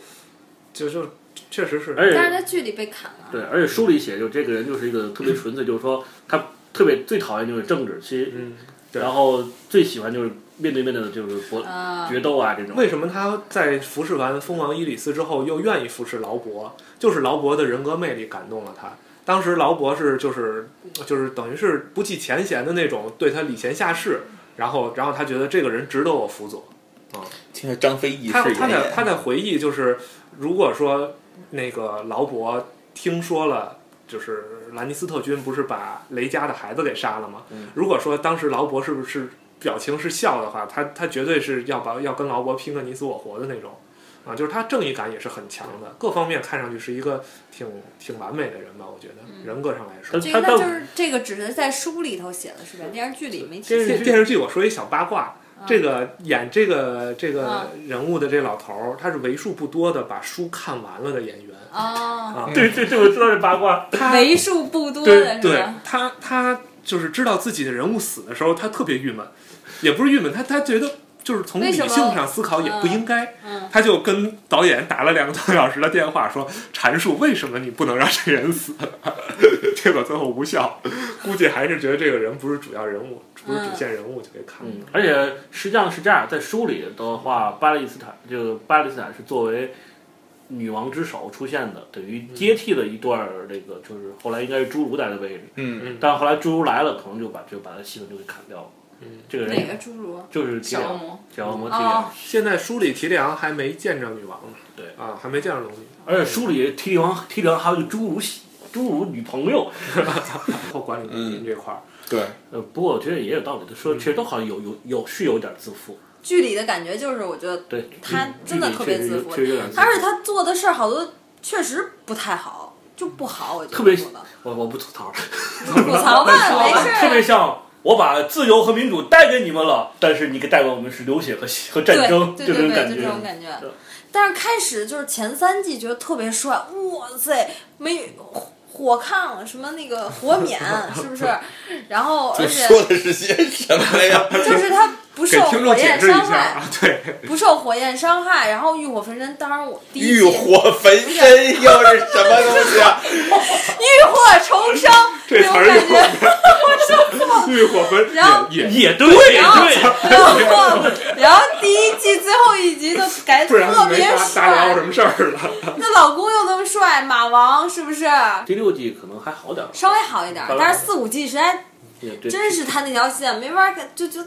就就确实是，而且但是他剧里被砍了，对，而且书里写就这个人就是一个特别纯粹，就是说他特别最讨厌就是政治，其实嗯，对然后最喜欢就是面对面的就是搏啊，决斗啊这种。为什么他在服侍完蜂王伊里斯之后，又愿意服侍劳勃？就是劳勃的人格魅力感动了他。当时劳勃是就是就是等于是不计前嫌的那种，对他礼贤下士，然后然后他觉得这个人值得我辅佐。听着张飞义他士他也的他的回忆就是，如果说那个劳勃听说了，就是兰尼斯特军不是把雷家的孩子给杀了吗？嗯如果说当时劳勃是不是表情是笑的话，他他绝对是要把要跟劳勃拼个你死我活的那种。啊，就是他正义感也是很强的，各方面看上去是一个挺挺完美的人吧，我觉得、人格上来说他。这他个那到就是这个只是在书里头写的是吧？电视剧里没这提是及。电电视剧我说一小八卦，啊这个演这个这个啊人物的这老头儿，他是为数不多的把书看完了的演员。啊哦，对对对，我知道这八卦。他为数不多对的是对吧？，他他就是知道自己的人物死的时候，他特别郁闷，也不是郁闷，他他觉得就是从理为什性么上思考也不应该，嗯，他就跟导演打了两个多小时的电话说，阐述为什么你不能让这个人死， 结果最后无效，估计还是觉得这个人不是主要人物，不是主线人物就给砍了。嗯，而且实际上是这样，在书里的话，巴勒斯坦这个巴勒斯坦是作为女王之首出现的，等于接替了一段儿这个，就是后来应该是侏儒在的位置，嗯但后来侏儒来了，可能就把就把他系统就给砍掉了。嗯这个哪人个侏儒？就是提小恶两魔，小恶魔提哦两，，现在书里提里昂还没见着女王呢，对啊，还没见着龙女， 而且书里提里昂提里昂还有一个侏儒系侏儒女朋友，后管理农民这块儿，对，呃，不过我觉得也有道理，他说嗯其实都好像有有有是有点自负，剧里的感觉就是，我觉得对，他嗯真的剧里特别确实自有负确实有点自负。而且他做的事儿好多确实不太好，就不好，我觉得特别做的我我不吐槽了。吐槽吧，没事特别儿。像我把自由和民主带给你们了，但是你给带给我们是流血和和战争，对就对这对对，种感就觉。这种感觉对。但是开始就是前三季觉得特别帅，哇塞，没火火抗什么那个火 免是不是？然后而就且说的是些什么呀？就是他不给受听众火解焰释一伤下害，啊， 对。不受火焰伤害，然后浴火焚身。当然我第一季浴火焚身又是什么东西啊？浴火重 生这词种儿感又觉。 浴火焚哦然后也也也对，也然后对，然后， 然后第一季最后一集就 改不得然特没别搭搭着帅什，么事儿了。 那老公又那么帅，马王是不是？ 第六季可能还好点儿，稍微好一点，但是四五季实在也对，真是他那条线没法看，就就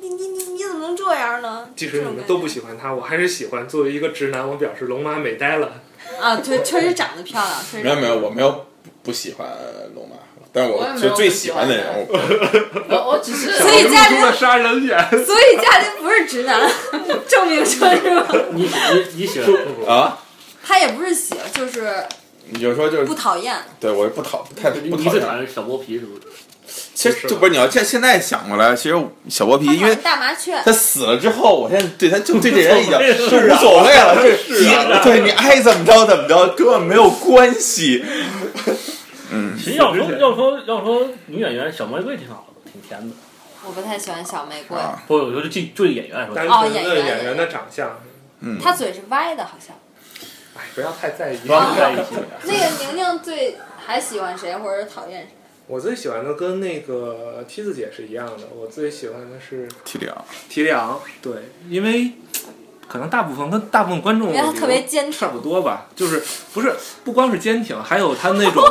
你你你你怎么能这样呢？即使你们都不喜欢她，我还是喜欢。作为一个直男，我表示龙妈美呆了。啊，对，确实长得漂亮，确实没有没有，我没有不喜欢龙马，但是我也我没有就最喜欢的人物，我我只是所以家中的庭，杀人眼，所以家庭不是直男， 证明说是吗？你你你喜欢啊，他也不是喜，就是你就说就是不讨厌，对我不讨不太你不你讨最厌讨厌小剥皮是不是？其实就不是你要现现在想过来，其实小剥皮，他因讨为厌大麻雀，他死了之后，我现在对他就对这人已经是无所谓了，这啊是对你爱怎么着怎么着，根本没有关系。其实要说要说要说女演员小玫瑰挺好的，挺甜的。我不太喜欢小玫瑰，啊不，我觉得就就演员来说，单纯哦演的员演员的长相，他嘴是歪的，好像。哎，不要太在意。啊装不在一起。 那个宁宁最还喜欢谁，或者是讨厌谁？我最喜欢的跟那个梯子姐是一样的，我最喜欢的是体谅，提里昂。对，因为可能大部分跟大部分观众因为他特别坚差挺，不多吧，就是不是不光是坚挺，还有他那种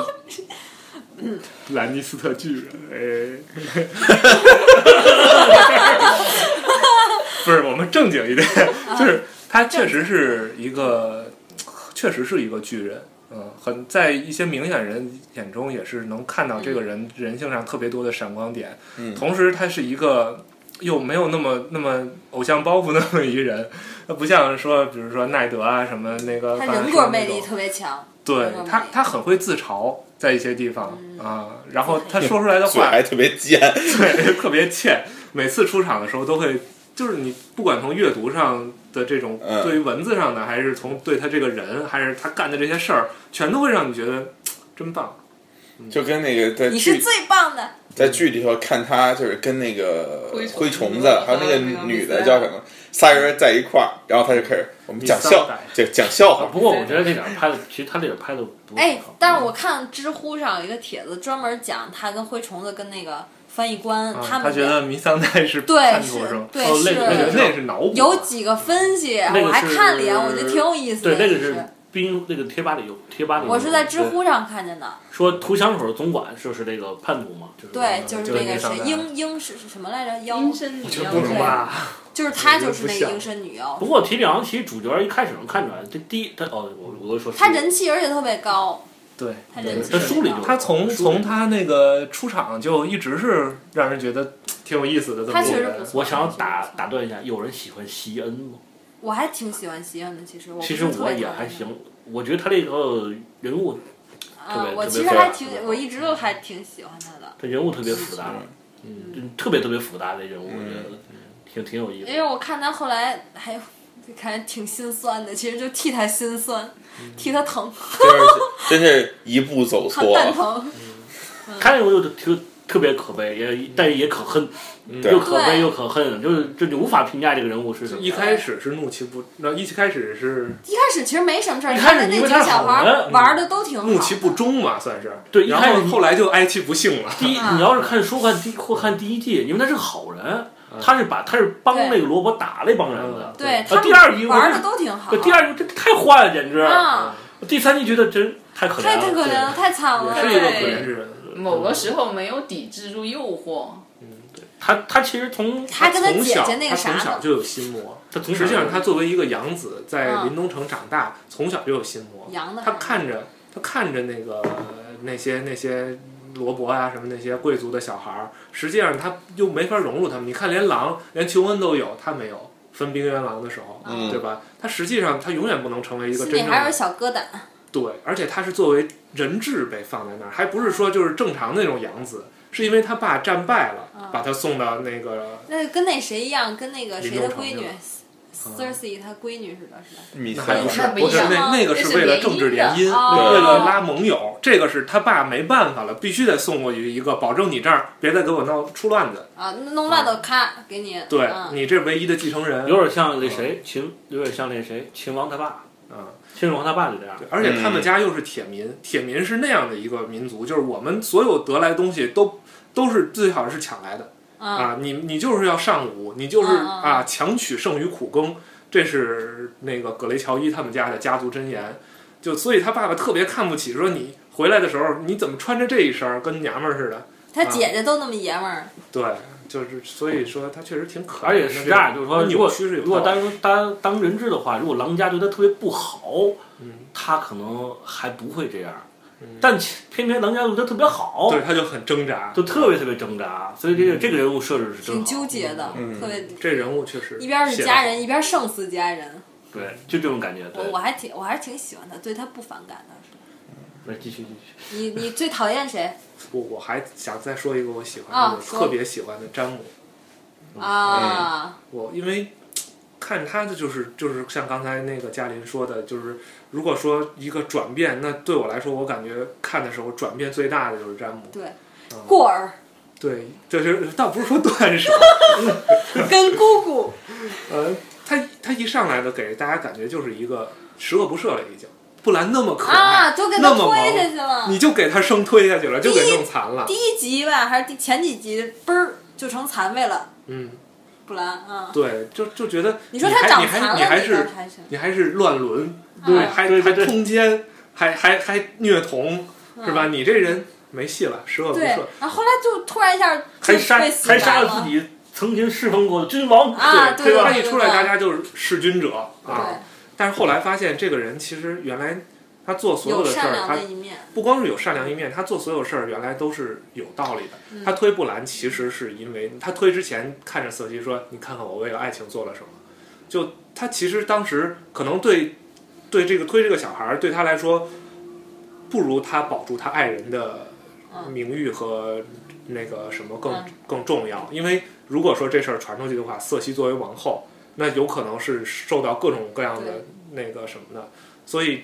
兰尼斯特巨人，哎， 不是我们正经一点，就是他确实是一个，确实是一个巨人。嗯，很在一些明眼人眼中也是能看到这个人、人性上特别多的闪光点，嗯同时他是一个又没有那么那么偶像包袱那么一人，他不像说比如说奈德啊什么那个他范范说人格那魅力种特别嗯强，对人格魅他力他很会自嘲在一些地方啊，然后他说出来的嘴话还特别尖，对，特别欠。每次出场的时候都会，就是你不管从阅读上的这种嗯对于文字上的，还是从对他这个人，还是他干的这些事儿，全都会让你觉得嘖真棒。就跟那个在你是剧最棒的，在剧里头看他就是跟那个灰灰虫虫子子，还有那个还有那个女米的塞叫什么，仨人在一块儿，然后他就开始我们讲米塞笑尔，就讲笑啊 话，不过我觉得这点儿拍的，其实他这点儿拍的不哎好，嗯但是我看知乎上有一个帖子专门讲他跟灰虫子跟那个翻译官啊、们他觉得弥桑代是对叛是徒是吗？对哦那个那个是那是脑补啊，有几个分析，那个我还是看了一眼，我觉得挺有意思的。对那个其实是冰那个贴吧里有贴吧里有，我是在知对乎上看见的，说涂香水总管就是这个叛徒嘛，嗯就是对，就是就是那个那谁啊张的英英是是什么来着？妖，阴森女妖不能对吧？就是他我觉就得是不那个像英身女妖不，过提里昂其实主角一开始能看出来，这第一他哦，我我都说他人气而且特别高，对，他人气他书特里别就高他从从他那个出场就一直是让人觉得嘖挺有意思的这么他一个确实人不错。我想打打断一下，有人喜欢席恩吗？我还挺喜欢西恩的，其实我不其是实特我别也讨厌还他行，我觉得他这个人物特啊别，我特别其实帅还特别挺，好我一直都还挺喜欢他的，这人物特别复杂，嗯，特别特别复杂的人物，我觉得挺挺有意思因为。我看他后来还有。感觉挺心酸的，其实就替他心酸，嗯替他疼，就是真是一步走他错，蛋疼。他这个就挺特别可悲，也但是也可恨，对又可对悲又可恨，就是就你无法评价这个人物是什么。一开始是怒其不，那一开始是一开始其实没什么事儿，一你开看那始你以几为个他是小孩好儿人玩儿的都挺好。怒其不争嘛，算是。对一然开始后后来就哀其不幸了。第一，嗯你要是看书看第或看第一季，因为他是好人，他是把他是帮对那个罗伯打那帮人的。对他呃，们第二集我玩儿的这都挺呃好。嗯对第二集这太坏了，简直。啊，第三季觉得真太可怜太太可了。怜了，太惨了。也是一个对可怜之人。某个时候没有抵制住诱惑，他他其实从他跟他从姐小姐那个他啥从小的，就有心魔。他从小实际上，他作为一个养子，在嗯林东城长大，从小就有心魔。羊的他看着他看着那个那些那些罗伯啊什么那些贵族的小孩儿，实际上他又没法融入他们。你看，连狼连琼恩都有，他没有分冰原狼的时候，嗯对吧？他实际上他永远不能成为一个心真里正还的有小疙瘩。对，而且他是作为人质被放在那儿，还不是说就是正常那种养子，是因为他爸战败了，把他送到那个那跟那谁一样，跟那个谁的闺女林嗯 Cersei 她闺女似的，是吧？米那塞还尔不是那不一不是样那那个那是是为了联政治姻联的姻，哦为了拉盟友，这个是他爸没办法了，必须得送过去一个，保证你这儿别再给我闹出乱子。啊，弄烂的咔给你。嗯对、嗯你这唯一的继承人，有点像那谁秦，有点像那谁秦王他爸，啊嗯，秦始皇他爸就这样。而且他们家又是铁民，铁民是那样的一个民族，就是我们所有得来的东西都都是最好是抢来的。嗯，啊，你你就是要上武，你就是嗯嗯啊强取胜于苦耕，这是那个葛雷乔伊他们家的家族箴言。就所以他爸爸特别看不起，说你回来的时候你怎么穿着这一身儿跟娘们儿似的？她姐姐都那么爷们儿，对，就是所以说他确实挺可而怜的。且是这样，就是说，如扭果曲是有如果道理当当当人质的话，如果狼家对他特别不好，嗯他可能还不会这样嗯。但其偏偏狼家对他嗯特别好，对他就很挣扎，就特别特别挣扎，所以这个这个人物设置是真挺纠好，结的，嗯特别这人物确实一边是家写得人，一边胜似家人。对，就这种感觉。我对我，还挺我还是挺喜欢他，对他不反感的。来继续继续，你你最讨厌谁好。我我还想再说一个我喜欢的，啊我说特别喜欢的詹姆。嗯啊？我因为看他的就是就是像刚才那个嘉林说的，就是如果说一个转变，那对我来说，我感觉看的时候转变最大的就是詹姆。对嗯，过儿对，就是倒不是说断手，跟姑姑，呃，他他一上来的给大家感觉就是一个十恶不赦了已经，不然那么 可爱，啊，都给他那么推下萌，去了。你就给他生推下去了，就给弄残了第。一集吧，还是第前几集，嘣儿就成残废了，嗯，布兰啊。对，就就觉得你说还他长你还残了，你还那是个还是你还是乱伦，对还对还对对通奸，还还还虐童，嗯是吧？你这人没戏了，十恶不对赦。，然后后来就突然一下还就杀被洗白还杀了自己曾经侍奉过的君王，啊，对对他对一出来，大家就是弑君者对啊！但是后来发现，这个人其实原来他做所有的事善儿，良他的一面，不光是有善良一面，他做所有事儿原来都是有道理的。他推布兰其实是因为他推之前看着瑟西说：“你看看我为了爱情做了什么。”就他其实当时可能对对这个推这个小孩儿对他来说，不如他保住他爱人的名誉和那个什么更、嗯更重要。因为如果说这事儿传出去的话，瑟西作为王后，那有可能是受到各种各样的那个什么的，所以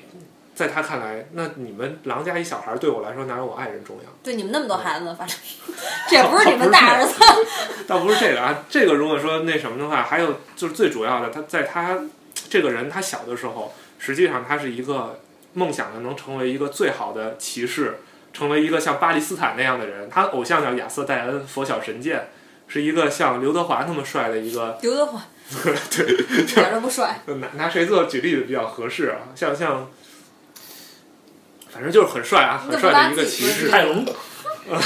在他看来，那你们狼家一小孩对我来说哪有我爱人重要？对你们那么多孩子，反正 这也不是你们大儿子， 倒不是这个啊，这个如果说那什么的话，还有就是最主要的，他在他这个人他小的时候，实际上他是一个梦想的能成为一个最好的骑士，成为一个像巴利斯坦那样的人。他偶像叫亚瑟戴恩，佛晓神剑，是一个像刘德华那么帅的一个， 刘德华，对，一点都不帅，拿拿谁做举例子比较合适啊？像像。反正就是很帅啊，你很怎么帅的把一自个己骑说士。成泰隆啊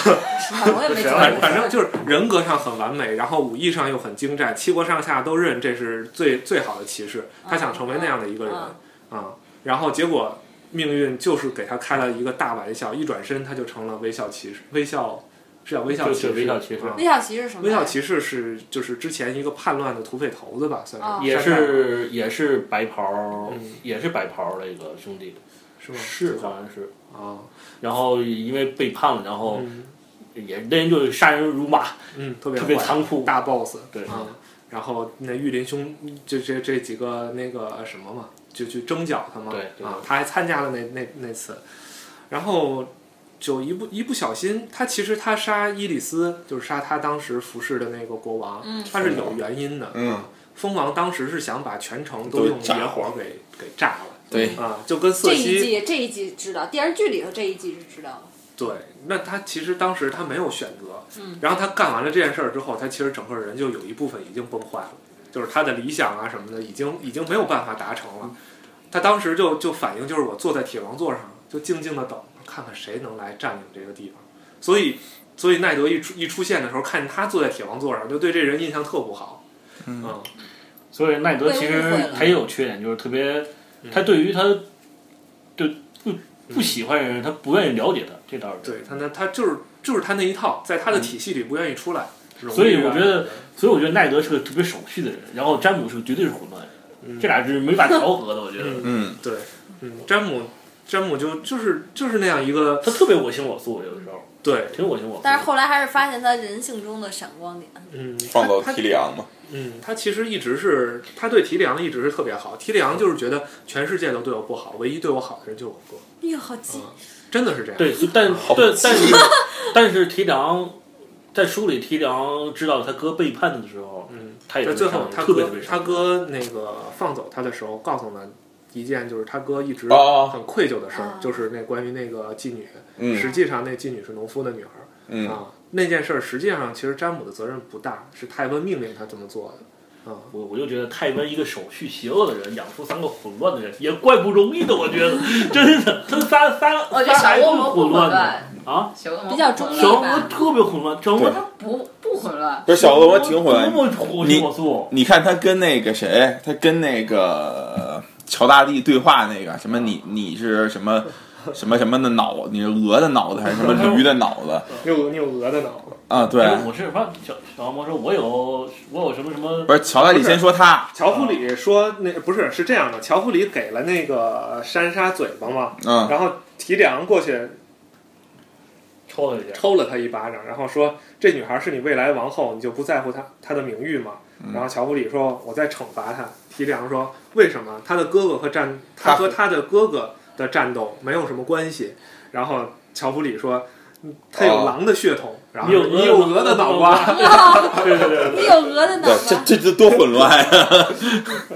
我也没觉反得。反正就是人格上很完美，然后武艺上又很精湛，七国上下都认这是最最好的骑士。他想成为那样的一个嗯人啊、然后结果命运就是给他开了一个大玩笑，一转身他就成了微笑骑士，微笑是叫微笑骑士，对对微笑骑士啊微笑骑士是什么微呀？笑骑士是就是之前一个叛乱的土匪头子吧，算哦是也山寨吧是也是白袍嗯，也是白袍那个兄弟，是吗？是好像是。啊，然后因为背叛了，然后嗯也那人就杀人如麻，嗯，特别特别坏残酷。大 boss 对啊、然后那玉林兄就这这几个那个呃什么嘛，就去征剿他嘛，对对啊，他还参加了那那那次，然后就一不一不小心，他其实他杀伊里斯就是杀他当时服侍的那个国王，嗯他是有原因的，嗯啊蜂王当时是想把全城都用炸野火给给炸了，对啊，就跟这瑟一西季这一季知道，电视剧里头这一季是知道的。对，那他其实当时他没有选择，嗯然后他干完了这件事儿之后，他其实整个人就有一部分已经崩坏了，就是他的理想啊什么的已经已经没有办法达成了。他当时就就反应就是我坐在铁王座上，就静静的等，看看谁能来占领这个地方。所以所以奈德一出一出现的时候，看见他坐在铁王座上，就对这人印象特不好。嗯，所以奈德其被实误会了他也有缺点，就是特别嗯，他对于他就不不喜欢的人，他不愿意了解他，这倒是对他那他就是就是他那一套，在他的体系里不愿意出来。荣嗯所以誉啊我觉得，所以我觉得奈德是个特别守序的人，然后詹姆是个绝对是混乱人，嗯这俩是没法调和的。我觉得嗯嗯，对，嗯，詹姆，詹姆就就是就是那样一个他特别我行我素，有的时候对，挺我行我素。但是后来还是发现他人性中的闪光点，哎嗯，他创造他提里昂嘛，嗯，他其实一直是他对提里昂一直是特别好，提里昂就是觉得全世界都对我不好，唯一对我好的人就是我哥，哎呦，好激！真的是这样。对，所以但好但但是 但是提良在书里提良知道他哥背叛的时候，嗯，他也在是最后伤他特别特哥别他伤心哥那个放走他的时候，告诉了一件就是他哥一直哦很愧疚的事儿哦，就是那关于那个妓女，嗯实际上那妓女是农夫的女儿。嗯，啊，那件事儿实际上其实詹姆的责任不大，是泰温命令他这么做的啊。我我就觉得泰温一个手续邪恶的人，养出三个混乱的人，也怪不容易的。我觉得真的，他仨仨哦我觉得仨还小不恶魔不混的混乱，啊，小恶魔比较中立小恶魔吧特别混乱，小恶魔他不不混乱，不是小恶魔挺混多乱。么我行我素。你看他跟那个谁，他跟那个呃乔大帝对话那个什么你，你是什么什么什么的脑，你是鹅的脑子还是什么驴的脑子你有你有鹅的脑子，啊？对，哎我是说小小恶魔说，我有我有什么什么不是乔大帝先说他，乔弗里说那不是是这样的，乔弗里给了那个山鲨嘴巴嘛，嗯，然后提里昂过去抽了一下，抽了他一巴掌，然后说这女孩是你未来王后，你就不在乎她她的名誉吗？然后乔弗里说我在惩罚她。提里昂说为什么？她的哥哥和战，她和她的哥哥的战斗没有什么关系。然后乔弗里说。嗯他有哦狼的血统，然后你有你有鹅的脑瓜， 对对对对，你有哎鹅的脑对，这瓜，这这多混乱呀！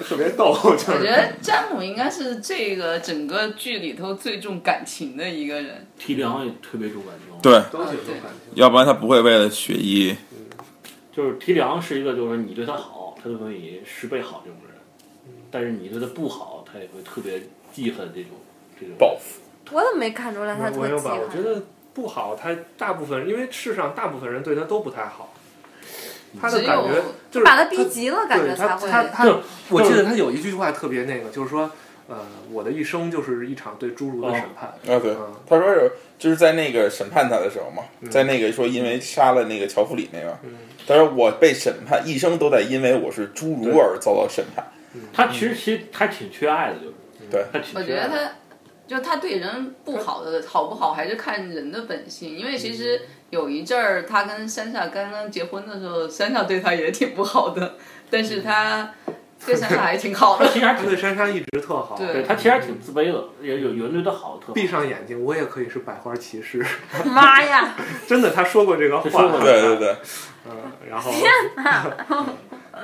特别逗，就我觉是得詹姆应该是这个整个剧里头最重感情的一个人。提良也特别重感 情。对，都挺有对感情。要不然他不会为了雪姨，就是提良是一个，就是你对他好，他就对你十倍好这种人，嗯但是你对他不好，他也会特别记恨这种这种报复。我怎么没看出来他特没记有吧？我觉恨？得不好，他大部分因为世上大部分人对他都不太好，他的只感有觉就是把他逼急了，感对觉他才他会。他就，我记得他有一句话特别那个，就是说呃，我的一生就是一场对侏儒的审判。啊，对嗯，他说有，就是在那个审判他的时候嘛，在那个说因为杀了那个乔弗里那个，他说我被审判，一生都在因为我是侏儒而遭到审判。他其实其实还挺缺爱的，就是对他挺嗯我觉缺爱得的。他，就他对人不好的好不好，还是看人的本性。因为其实有一阵儿，他跟山下刚刚结婚的时候，山下对他也挺不好的，但是他对山下还挺好他的。其实还他挺对珊珊一直特好，对对他其实还挺自卑的，也有有人对他好特别闭上眼睛我也可以是百花骑士，妈呀！ 真的，他说过这个他说话。过对对对，啊嗯，然后，嗯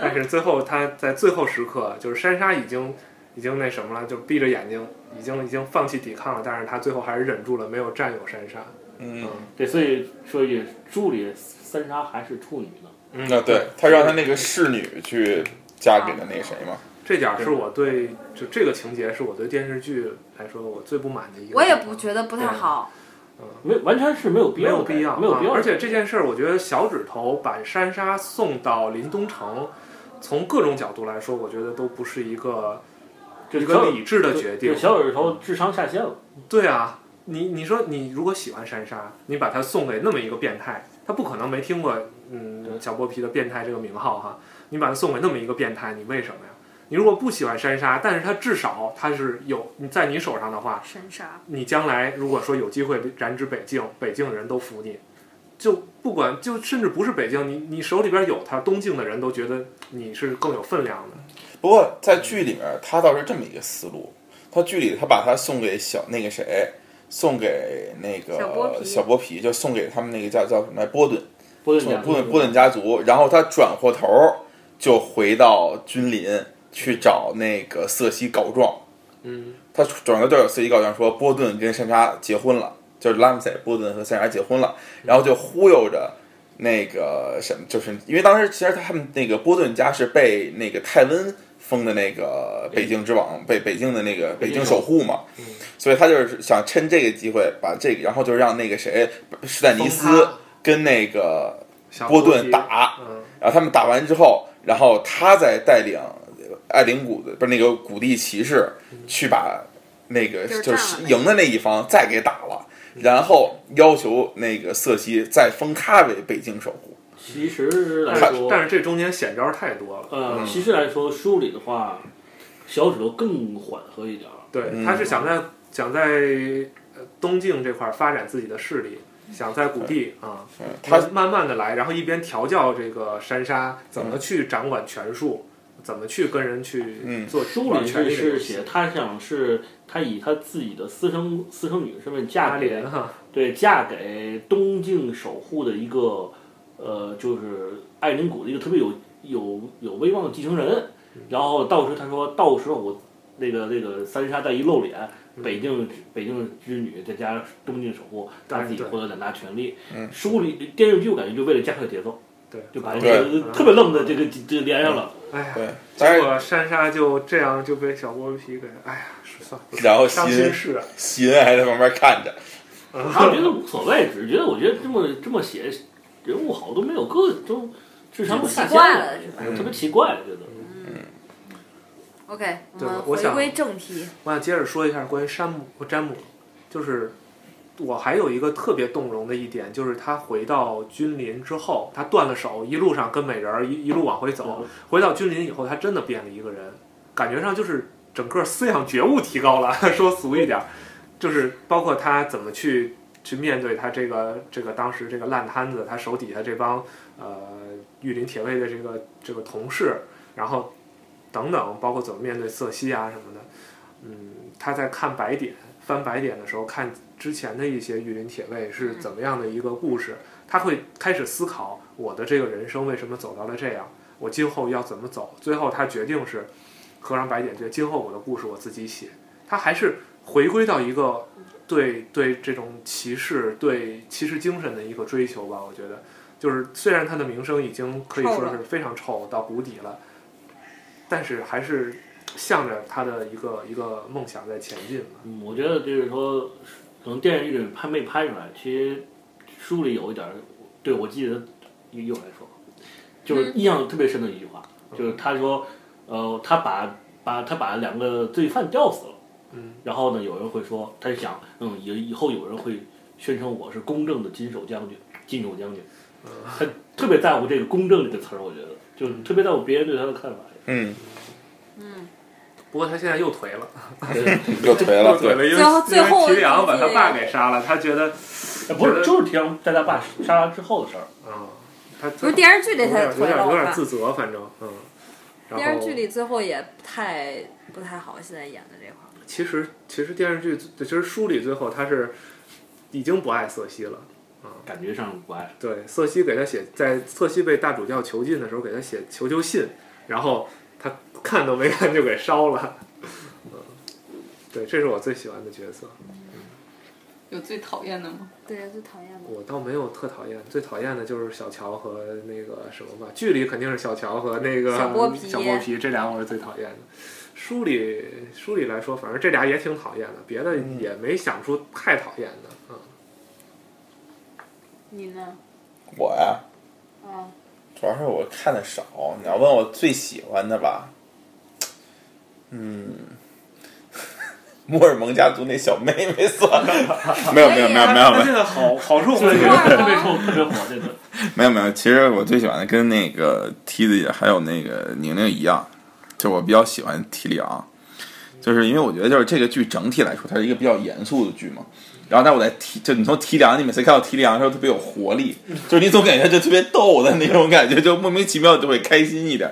但是最后他在最后时刻，就是珊莎已经已经那什么了，就闭着眼睛，已经已经放弃抵抗了，但是他最后还是忍住了，没有占有珊莎。嗯，对，所以说也朱里三杀还是处女呢。嗯那啊对他让他那个侍女去嫁给了那个谁嘛，这点儿是我对就这个情节是我对电视剧来说我最不满的一个。我也不觉得不太好。没完全是没有必没要有的感必觉，要，没有必要啊的而感觉。且这件事儿，我觉得小指头把珊莎送到林东城，从各种角度来说，我觉得都不是一个这一小个理智的决定对。小指头智商下线了，对啊，你你说你如果喜欢珊莎，你把她送给那么一个变态，他不可能没听过嗯对小剥皮的变态这个名号哈。你把她送给那么一个变态，你为什么呀？你如果不喜欢珊莎，但是她至少她是有你在你手上的话，神杀，你将来如果说有机会染指北境，北境的人都服你，就不管就甚至不是北境，你你手里边有它，东境的人都觉得你是更有分量的。不过在剧里面，他倒是这么一个思路，他剧里他把他送给小那个谁，送给那小剥个皮小剥皮，就送给他们那个叫叫什么来波顿，波顿送给讲波顿波顿家族，然后他转过头儿就回到君临去找那个瑟西告状，嗯，他转头就有瑟西告状说波顿跟珊莎结婚了，就是拉姆塞波顿和珊莎结婚了，然后就忽悠着。那个什么，就是因为当时其实他们那个波顿家是被那个泰温封的那个北京之王，被北京的那个北京守护嗯嘛，所以他就是想趁这个机会把这个，然后就让那个谁史丹尼斯跟那个小波波顿皮打，嗯，然后他们打完之后，然后他再带领艾灵谷的不是那个谷地骑士去把那个就是就是炸了赢的那一方再给打了，然后要求那个瑟西再封他为北京守护。其实来但是嗯说，但是这中间险招太多了。呃，其实来说书里的话，小指头更缓和一点儿。对，嗯他是想在想在呃东境这块儿发展自己的势力，想在谷地啊，嗯，他慢慢慢的来，然后一边调教这个珊莎怎么去掌管权术，怎么去跟人去嗯做书管里权是力的游是戏写他想是他以他自己的私生私生女身份阿嫁给莲哈，对嫁给东境守护的一个呃，就是艾灵谷的一个特别有有有威望的继承人。然后到时他说，到时候我那个那个三杀再一露脸，嗯北境北境之女再加东境守护，他自己获得两大权力。书里电视剧我感觉就为了加快节奏，对，就把这对个特别愣的这嗯个这连上了。哎呀。对，但结是果珊莎就这样就被小剥皮给，哎呀，是算了，然后伤心心事啊， 席恩还在旁边看着，嗯他觉得无所谓，只是觉得我觉得这么这么写人物好都没有个都智商都下奇怪降了是吧特别奇怪，觉得。 OK，我对们我回想归正题。我想接着说一下关于山姆和詹姆，就是我还有一个特别动容的一点，就是他回到君临之后，他断了手，一路上跟美人儿一一路往回走，回到君临以后，他真的变了一个人，感觉上就是整个思想觉悟提高了， 说俗一点儿，就是包括他怎么去去面对他这个这个当时这个烂摊子，他手底下这帮呃御林铁卫的这个这个同事，然后等等，包括怎么面对瑟西啊什么的，嗯，他在看白点翻白点的时候，看之前的一些御林铁卫嗯是怎么样的一个故事，他会开始思考我的这个人生为什么走到了这样，我今后要怎么走。最后他决定是合上白点，决今后我的故事我自己写。他还是回归到一个对对这种骑士对骑士精神的一个追求吧，我觉得。就是虽然他的名声已经可以臭说了是非常臭到谷底了，但是还是向着他的一个一个梦想在前进嘛。嗯，我觉得就是说，可能电视剧里拍没拍出来，其实书里有一点儿，对我记得又来说，就是印象特别深的一句话，就是他说，呃，他把把他把两个罪犯吊死了，嗯然后呢，有人会说，他是想，嗯，以以后有人会宣称我是公正的金手将军，金手将军，他特别在乎这个“公正”这个词儿，我觉得就是特别在乎别人对他的看法。嗯，不过他现在又颓了，又颓了，又对颓，了，因为最后最后因为提里昂把自他己爸给杀了，他觉得，哎不是，就是提昂在他爸杀了之后的事儿。嗯，他不是电视剧里有他点有颓点了，有我点看自责，反正嗯。然啊电视后剧里最后也不太不太好，现在演的这块儿。其实其实电视剧其实书里最后他是已经不爱瑟西了。感觉上不爱，对，瑟西给他写，在瑟西被大主教囚禁的时候，给他写求救信，然后他看都没看就给烧了。嗯，对，这是我最喜欢的角色。有最讨厌的吗？对，最讨厌的。我倒没有特讨厌，最讨厌的就是小乔和那个什么吧。剧里肯定是小乔和那个小剥皮小剥皮这俩我是最讨厌的。书里书里来说，反正这俩也挺讨厌的，别的也没想出太讨厌的。嗯，你呢？我呀，啊，主要是我看的少。你要问我最喜欢的吧，嗯， 摩尔蒙家族那小妹妹算了，没有没有没有没有没有这个好好处特分别析画 儿吗臭，特别火，这个 没有没有，其实我最喜欢的跟那个梯子还有那个宁宁一样，就我比较喜欢提里昂，就是因为我觉得就是这个剧整体来说，它是一个比较严肃的剧嘛。然后，但我在提，就你从提里昂，你每次看到提里昂的时候特别有活力，就是你总感觉就特别逗的那种感觉，就莫名其妙就会开心一点。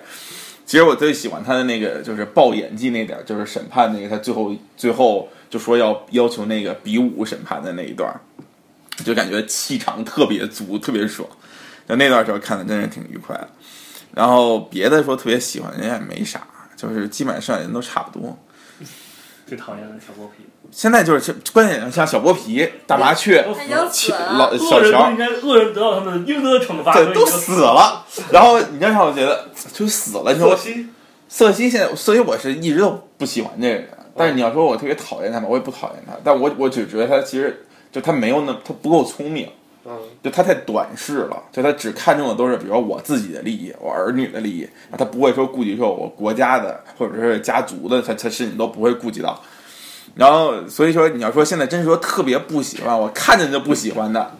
其实我最喜欢他的那个就是爆演技那点儿，就是审判那个他最后最后就说要要求那个比武审判的那一段儿，就感觉气场特别足，特别爽。就那段时候看的真是挺愉快的。然后别的说特别喜欢人家也没啥，就是基本上人都差不多。最讨厌的小剥皮。现在就是关键像小剥皮、大麻雀、那就死切了。老恶小人都乔应，该，恶人得到他们应得的惩罚，对，都应该死了。然后你知道让我觉得就死了。你说可我惜瑟西现在，所以我是一直都不喜欢这个人。但是你要说我特别讨厌他吧，我也不讨厌他，但我我只觉得他其实就他没有那他不够聪明。嗯，就他太短视了，就他只看重的都是，比如说我自己的利益，我儿女的利益，他不会说顾及说我国家的或者是家族的，他他事情都不会顾及到。然后所以说，你要说现在真是说特别不喜欢，我看见就不喜欢的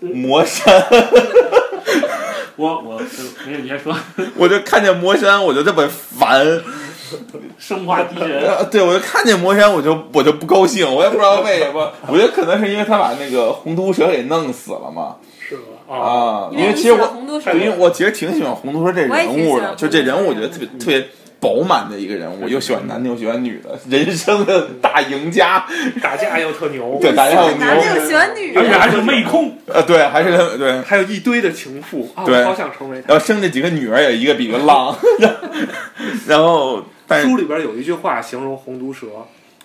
魔山，我我没有你先说我就看见魔山我就这么烦，生化机器 人，呃对我就看见魔山我就我就不高兴，我也不知道为什么，我觉得可能是因为他把那个红毒蛇给弄死了嘛，是吧？啊，因为为你其喜实我欢红豆对，因为水，我其实挺喜欢红毒蛇这我也人挺喜物欢的，红就毒这蛇人物我觉得特别嗯特别饱满的一个人物，又喜欢男的又喜欢女的，人生的大赢家，打架又特牛，对，大家又男的牛，又喜欢女而且的，还是妹控，呃，对，还是他对，还有一堆的情妇啊，对我好想成为他。然后生这几个女儿也一个比一个浪， 然后哎但是书里边有一句话形容红毒蛇，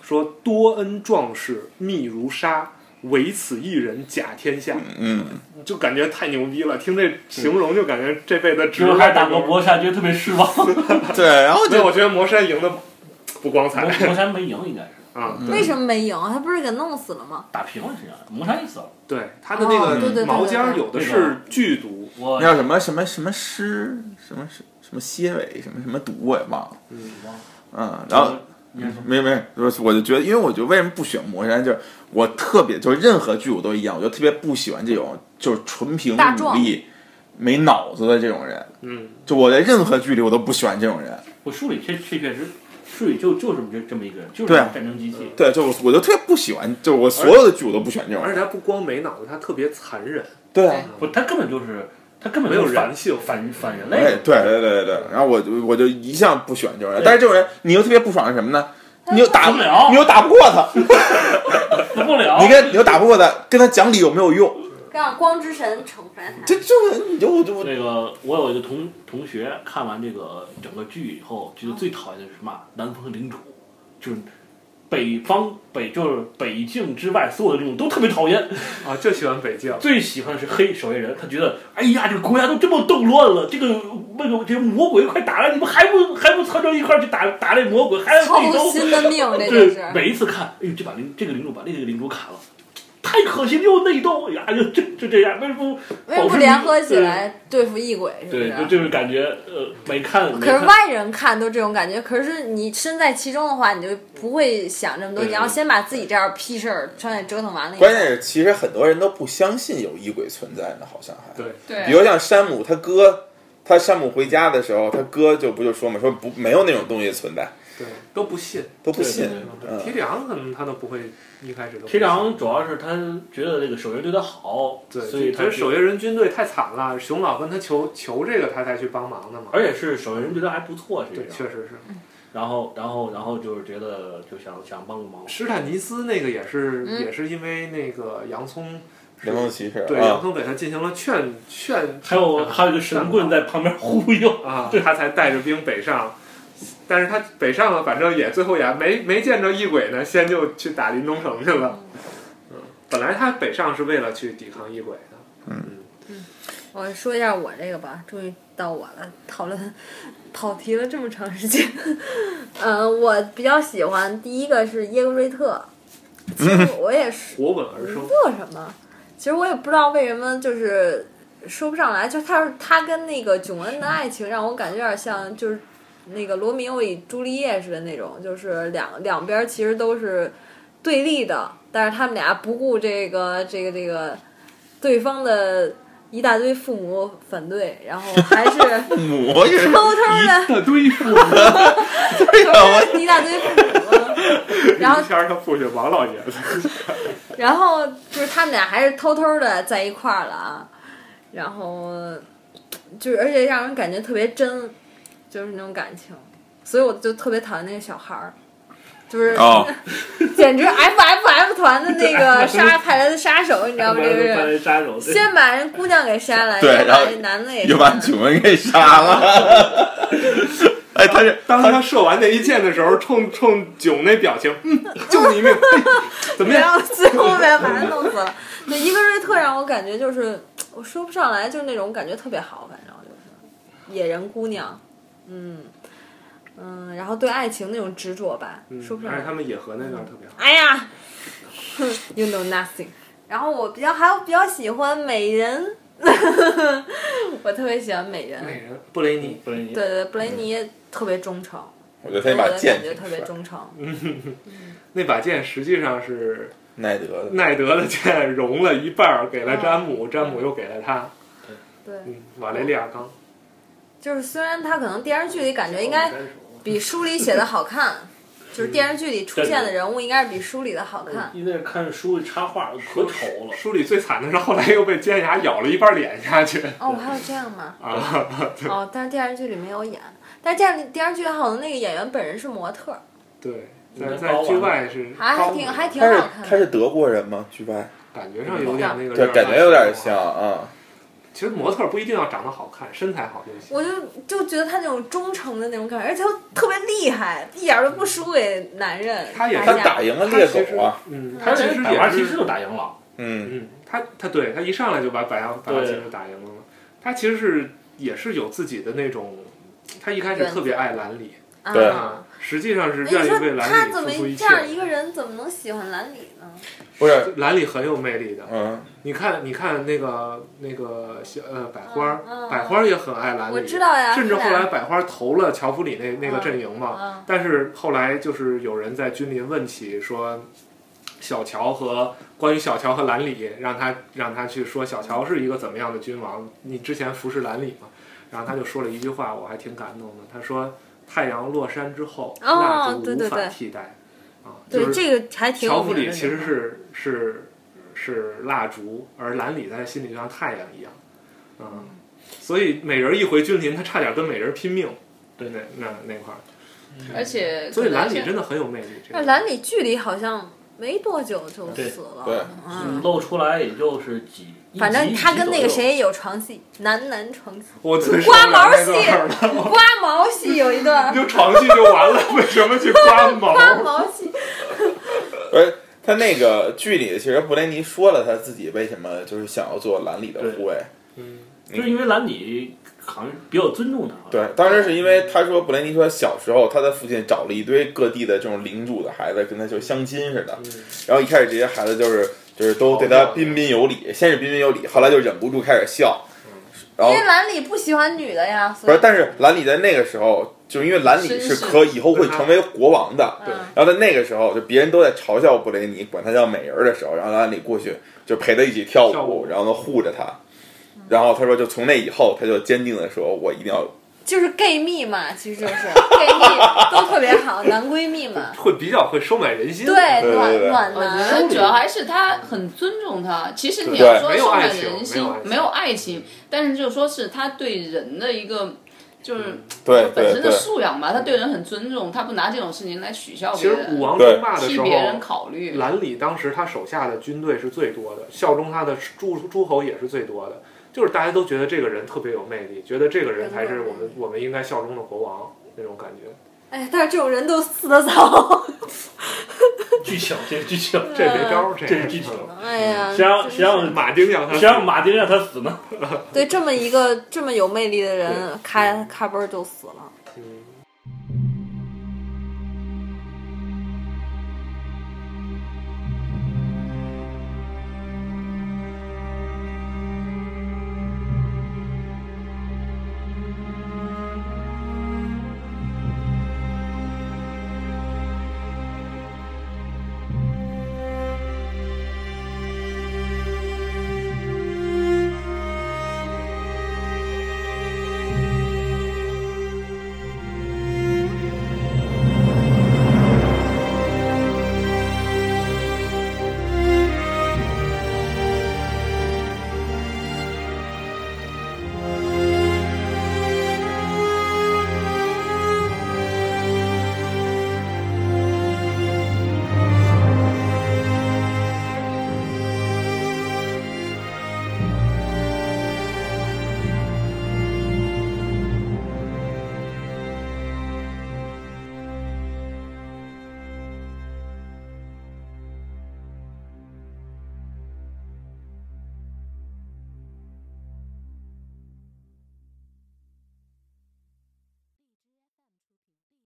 说多恩壮士密如沙，唯此一人甲天下，嗯，就感觉太牛逼了。听这形容就感觉这辈子值 只有还了。是打个魔山，觉得特别失望。对，然后对，就我觉得魔山赢的不光 彩魔 魔山没赢，应该是啊、为什么没赢？他不是给弄死了吗？打平了，实际上魔山也死了。对他的那哦对对个对毛尖儿对对有的那是个剧毒，我那叫什么什么什么诗，什么什什么蝎尾，什么什么毒我也忘了，嗯，然后。你先说没有没有，我我就觉得，因为我觉得为什么不选魔山，就是我特别就是任何剧我都一样，我就特别不喜欢这种就是纯凭大武壮力没脑子的这种人。嗯，就我在任何剧里我都不喜欢这种人。我书里确确确实，书里就就这么这这么一个人，就是对啊战争机器。对，就我我就特别不喜欢，就是我所有的剧我都不喜欢这种而人。且他不光没脑子，他特别残忍，对啊，不，他根本就是他根本没有就是反人性反反人我类也的。对对对对对。然后我就我就一向不喜欢这种人，但是这种人你又特别不爽是什么呢？你又打打不了你又打不过他，服不了。你跟你又打不过他，跟他讲理有没有用？让光之神惩罚他。这这种人你就我就我那个，我有一个同同学看完这个整个剧以后，觉得最讨厌的是什么？南方领主，就是北方北就是北境之外所有的领主都特别讨厌。啊，就喜欢北京。最喜欢的是黑守夜人，他觉得哎呀，这个国家都这么动乱了，这个那个这个魔鬼快打来，你们还不还不凑到一块儿去打打这魔鬼，还要操这一周心的命，这就对是，每一次看，哎呦，这把领这个领主把那个领主砍了，太可惜了，又内斗呀，就就就这样，为什么为什么不联合起来对付异鬼？是不对，是就？就是感觉呃，没看，没可是看，外人看都这种感觉，可是你身在其中的话，你就不会想这么多，对你要先把自己这样屁事儿全给折腾完了以后。关键是，其实很多人都不相信有异鬼存在呢，好像还。对对比如像山姆他哥，他山姆回家的时候，他哥就不就说嘛，说不没有那种东西存在，对，都不信。都不信对嗯对。提里昂可能他都不会一开始都不信。提里昂主要是他觉得这个守夜对他好，对，所以觉他得就守夜人军队太惨了，熊老跟他求求这个他才去帮忙的嘛。而且是守夜人对他还不错，实对，啊际确上。实是。然后，然后，然后就是觉得就想想帮个忙，施坦尼斯那个也是、嗯也是因为那个洋葱是，联盟骑士对洋啊，葱给他进行了劝劝还有还有一个神棍在旁边忽悠，啊，他才带着兵北上。但是他北上了，反正也最后也没没见着异鬼呢，先就去打林东城去了。嗯，本来他北上是为了去抵抗异鬼的。我说一下我这个吧，终于到我了，讨论跑题了这么长时间。呃，我比较喜欢第一个是耶格瑞特，其实我也是活本而生，做什么？其实我也不知道为什么，就是说不上来。就他他跟那个囧恩的爱情，让我感觉有点像，就是那个罗密欧与朱丽叶似的那种，就是两两边其实都是对立的，但是他们俩不顾这个这个这个对方的一大堆父母反对，然后还 是偷嗯我 也是偷的一堆父 母，啊偷一大堆 父母，然后一下他父亲王老爷子，然后就是他们俩还是偷偷的在一块儿了啊，然后就是而且让人感觉特别真，就是那种感情，所以我就特别讨厌那个小孩儿，就是哦， 简直 F F F 团的 那个杀派来的杀手，你知道吗？这个扮人演杀手，对先把人姑娘给杀了，对又然把后这男的给又杀把了，九恩给杀了。 哎，他 是当他射完那一箭的时候，冲冲囧那表情，嗯，救你一命，怎么 然样？后最 后被把人弄死了。对，一个瑞特让我感觉就是我说不上来，就是那种感觉特别好，反正就是野人姑娘，嗯嗯，然后对爱情那种执着吧，说不上嗯而且来哎他。们野合那段特别好。哎呀，you know nothing。然后我比较还有比较喜欢美人， 我特别喜欢美人，美人布雷尼，布雷尼对对，布雷尼特别忠诚，我觉得他给那我把的剑感觉特别忠诚。嗯那把剑实际上是奈德的，奈德的剑融了一半儿，给了詹姆，詹姆又给了他，对，嗯，瓦雷利亚刚。就是虽然他可能电视剧里感觉应该比书里写的好看，就是电视剧里出嗯现的人物应该是比书里的好看。因为看书的插画可丑了，书里最惨的是后来又被尖牙咬了一半脸下去哦，还有这样 吗？啊！哦，但是电视剧里没有演，但是电视电视剧好像那个演员本人是模特儿，对，在在剧外是还还高挺冷还挺他是好看他的。是德国人吗？剧外感觉上有点那个，对，感觉有点像。啊。其实模特不一定要长得好看，身材好就行。我就就觉得他那种忠诚的那种感觉，而且他特别厉害，一点儿都不输给男人。他也他打架打赢了猎狗啊，嗯，他他其其实实也其是实就打赢了，嗯，嗯，他他对他一上来就把百洋百洋先生打赢了嘛。他其实是也是有自己的那种，他一开始特别爱兰里对啊。，实际上是那愿你意为说他兰里怎付么出一这切。呃样一个人怎么能喜欢兰里呢？不是，兰里很有魅力的，嗯，你看你看那个那个小呃百花，嗯嗯百花也很爱兰里，我知道呀，甚至他后俩来百花投了乔弗里那那个阵营嘛，嗯但是后来就是有人在君临问起说，小乔和关于小乔和兰里，让他让他去说小乔是一个怎么样的君王，你之前服侍兰里嘛，然后他就说了一句话，我还挺感动的，他说太阳落山之后，哦蜡烛对对无法对替代，啊，对、就是这个还挺有乔弗名里的其实是是是蜡烛，而兰里在心里就像太阳一样，嗯，所以美人一回君临，他差点跟美人拼命，对那那那块儿，而且所以兰里可能真的很有魅力。这那个兰里距离好像没多久就死了，对对嗯，露出来也就是几，一反正集他跟那个，一集谁有床戏，男男床 戏，我最受不刮了毛那戏段儿了， 刮毛戏有一 段你，就床戏就完了，为什么去刮毛？刮毛戏，而他那个剧里，其实布雷尼说了他自己为什么就是想要做兰里的护卫。嗯，左右就是因为兰里好像比较尊重他，对，当时是因为他说布雷尼说小时候他的父亲嗯找了一堆各地的这种领主的孩子跟他就相亲似的，然后一开始这些孩子就是就是都对他彬彬有礼，先是彬彬有礼，后来就忍不住开始笑，然后因为兰里不喜欢女的呀，所不以是，但是兰里在那个时候，就是因为兰里是可以后会成为国王的，嗯对然后在那个时候，就别人都在嘲笑布雷尼，管他叫美人儿的时候，然后兰里过去就陪他一起跳跳舞舞，然后呢护着他。嗯然后他说，就从那以后，他就坚定的说，我一定要就是 gay 蜜嘛，其实就是 gay 蜜都特别好，男闺蜜嘛，会比较会收买人心。对， 对对对暖暖我觉男。得主要还是他很尊重他。其实你对要说没有收买爱情人没有心爱，情没有爱情，但是就说是他对人的一个就是对本对对身的，素养吧，他对人很尊重，他不拿这种事情来取笑其别实人，武王对争霸的替时候，别人考虑。兰里当时他手下的军队是最多的，效忠他的诸诸侯也是最多的，就是大家都觉得这个人特别有魅力，觉得这个人才是我们我们应该效忠的国王那种感觉。哎，但是这种人都死得早。 剧情，这是剧情，这没招儿，这是剧情。哎呀，谁让真是谁让马丁让他谁让马丁让他死呢？对这么一个这么有魅力的人，咔咔嘣儿就死了。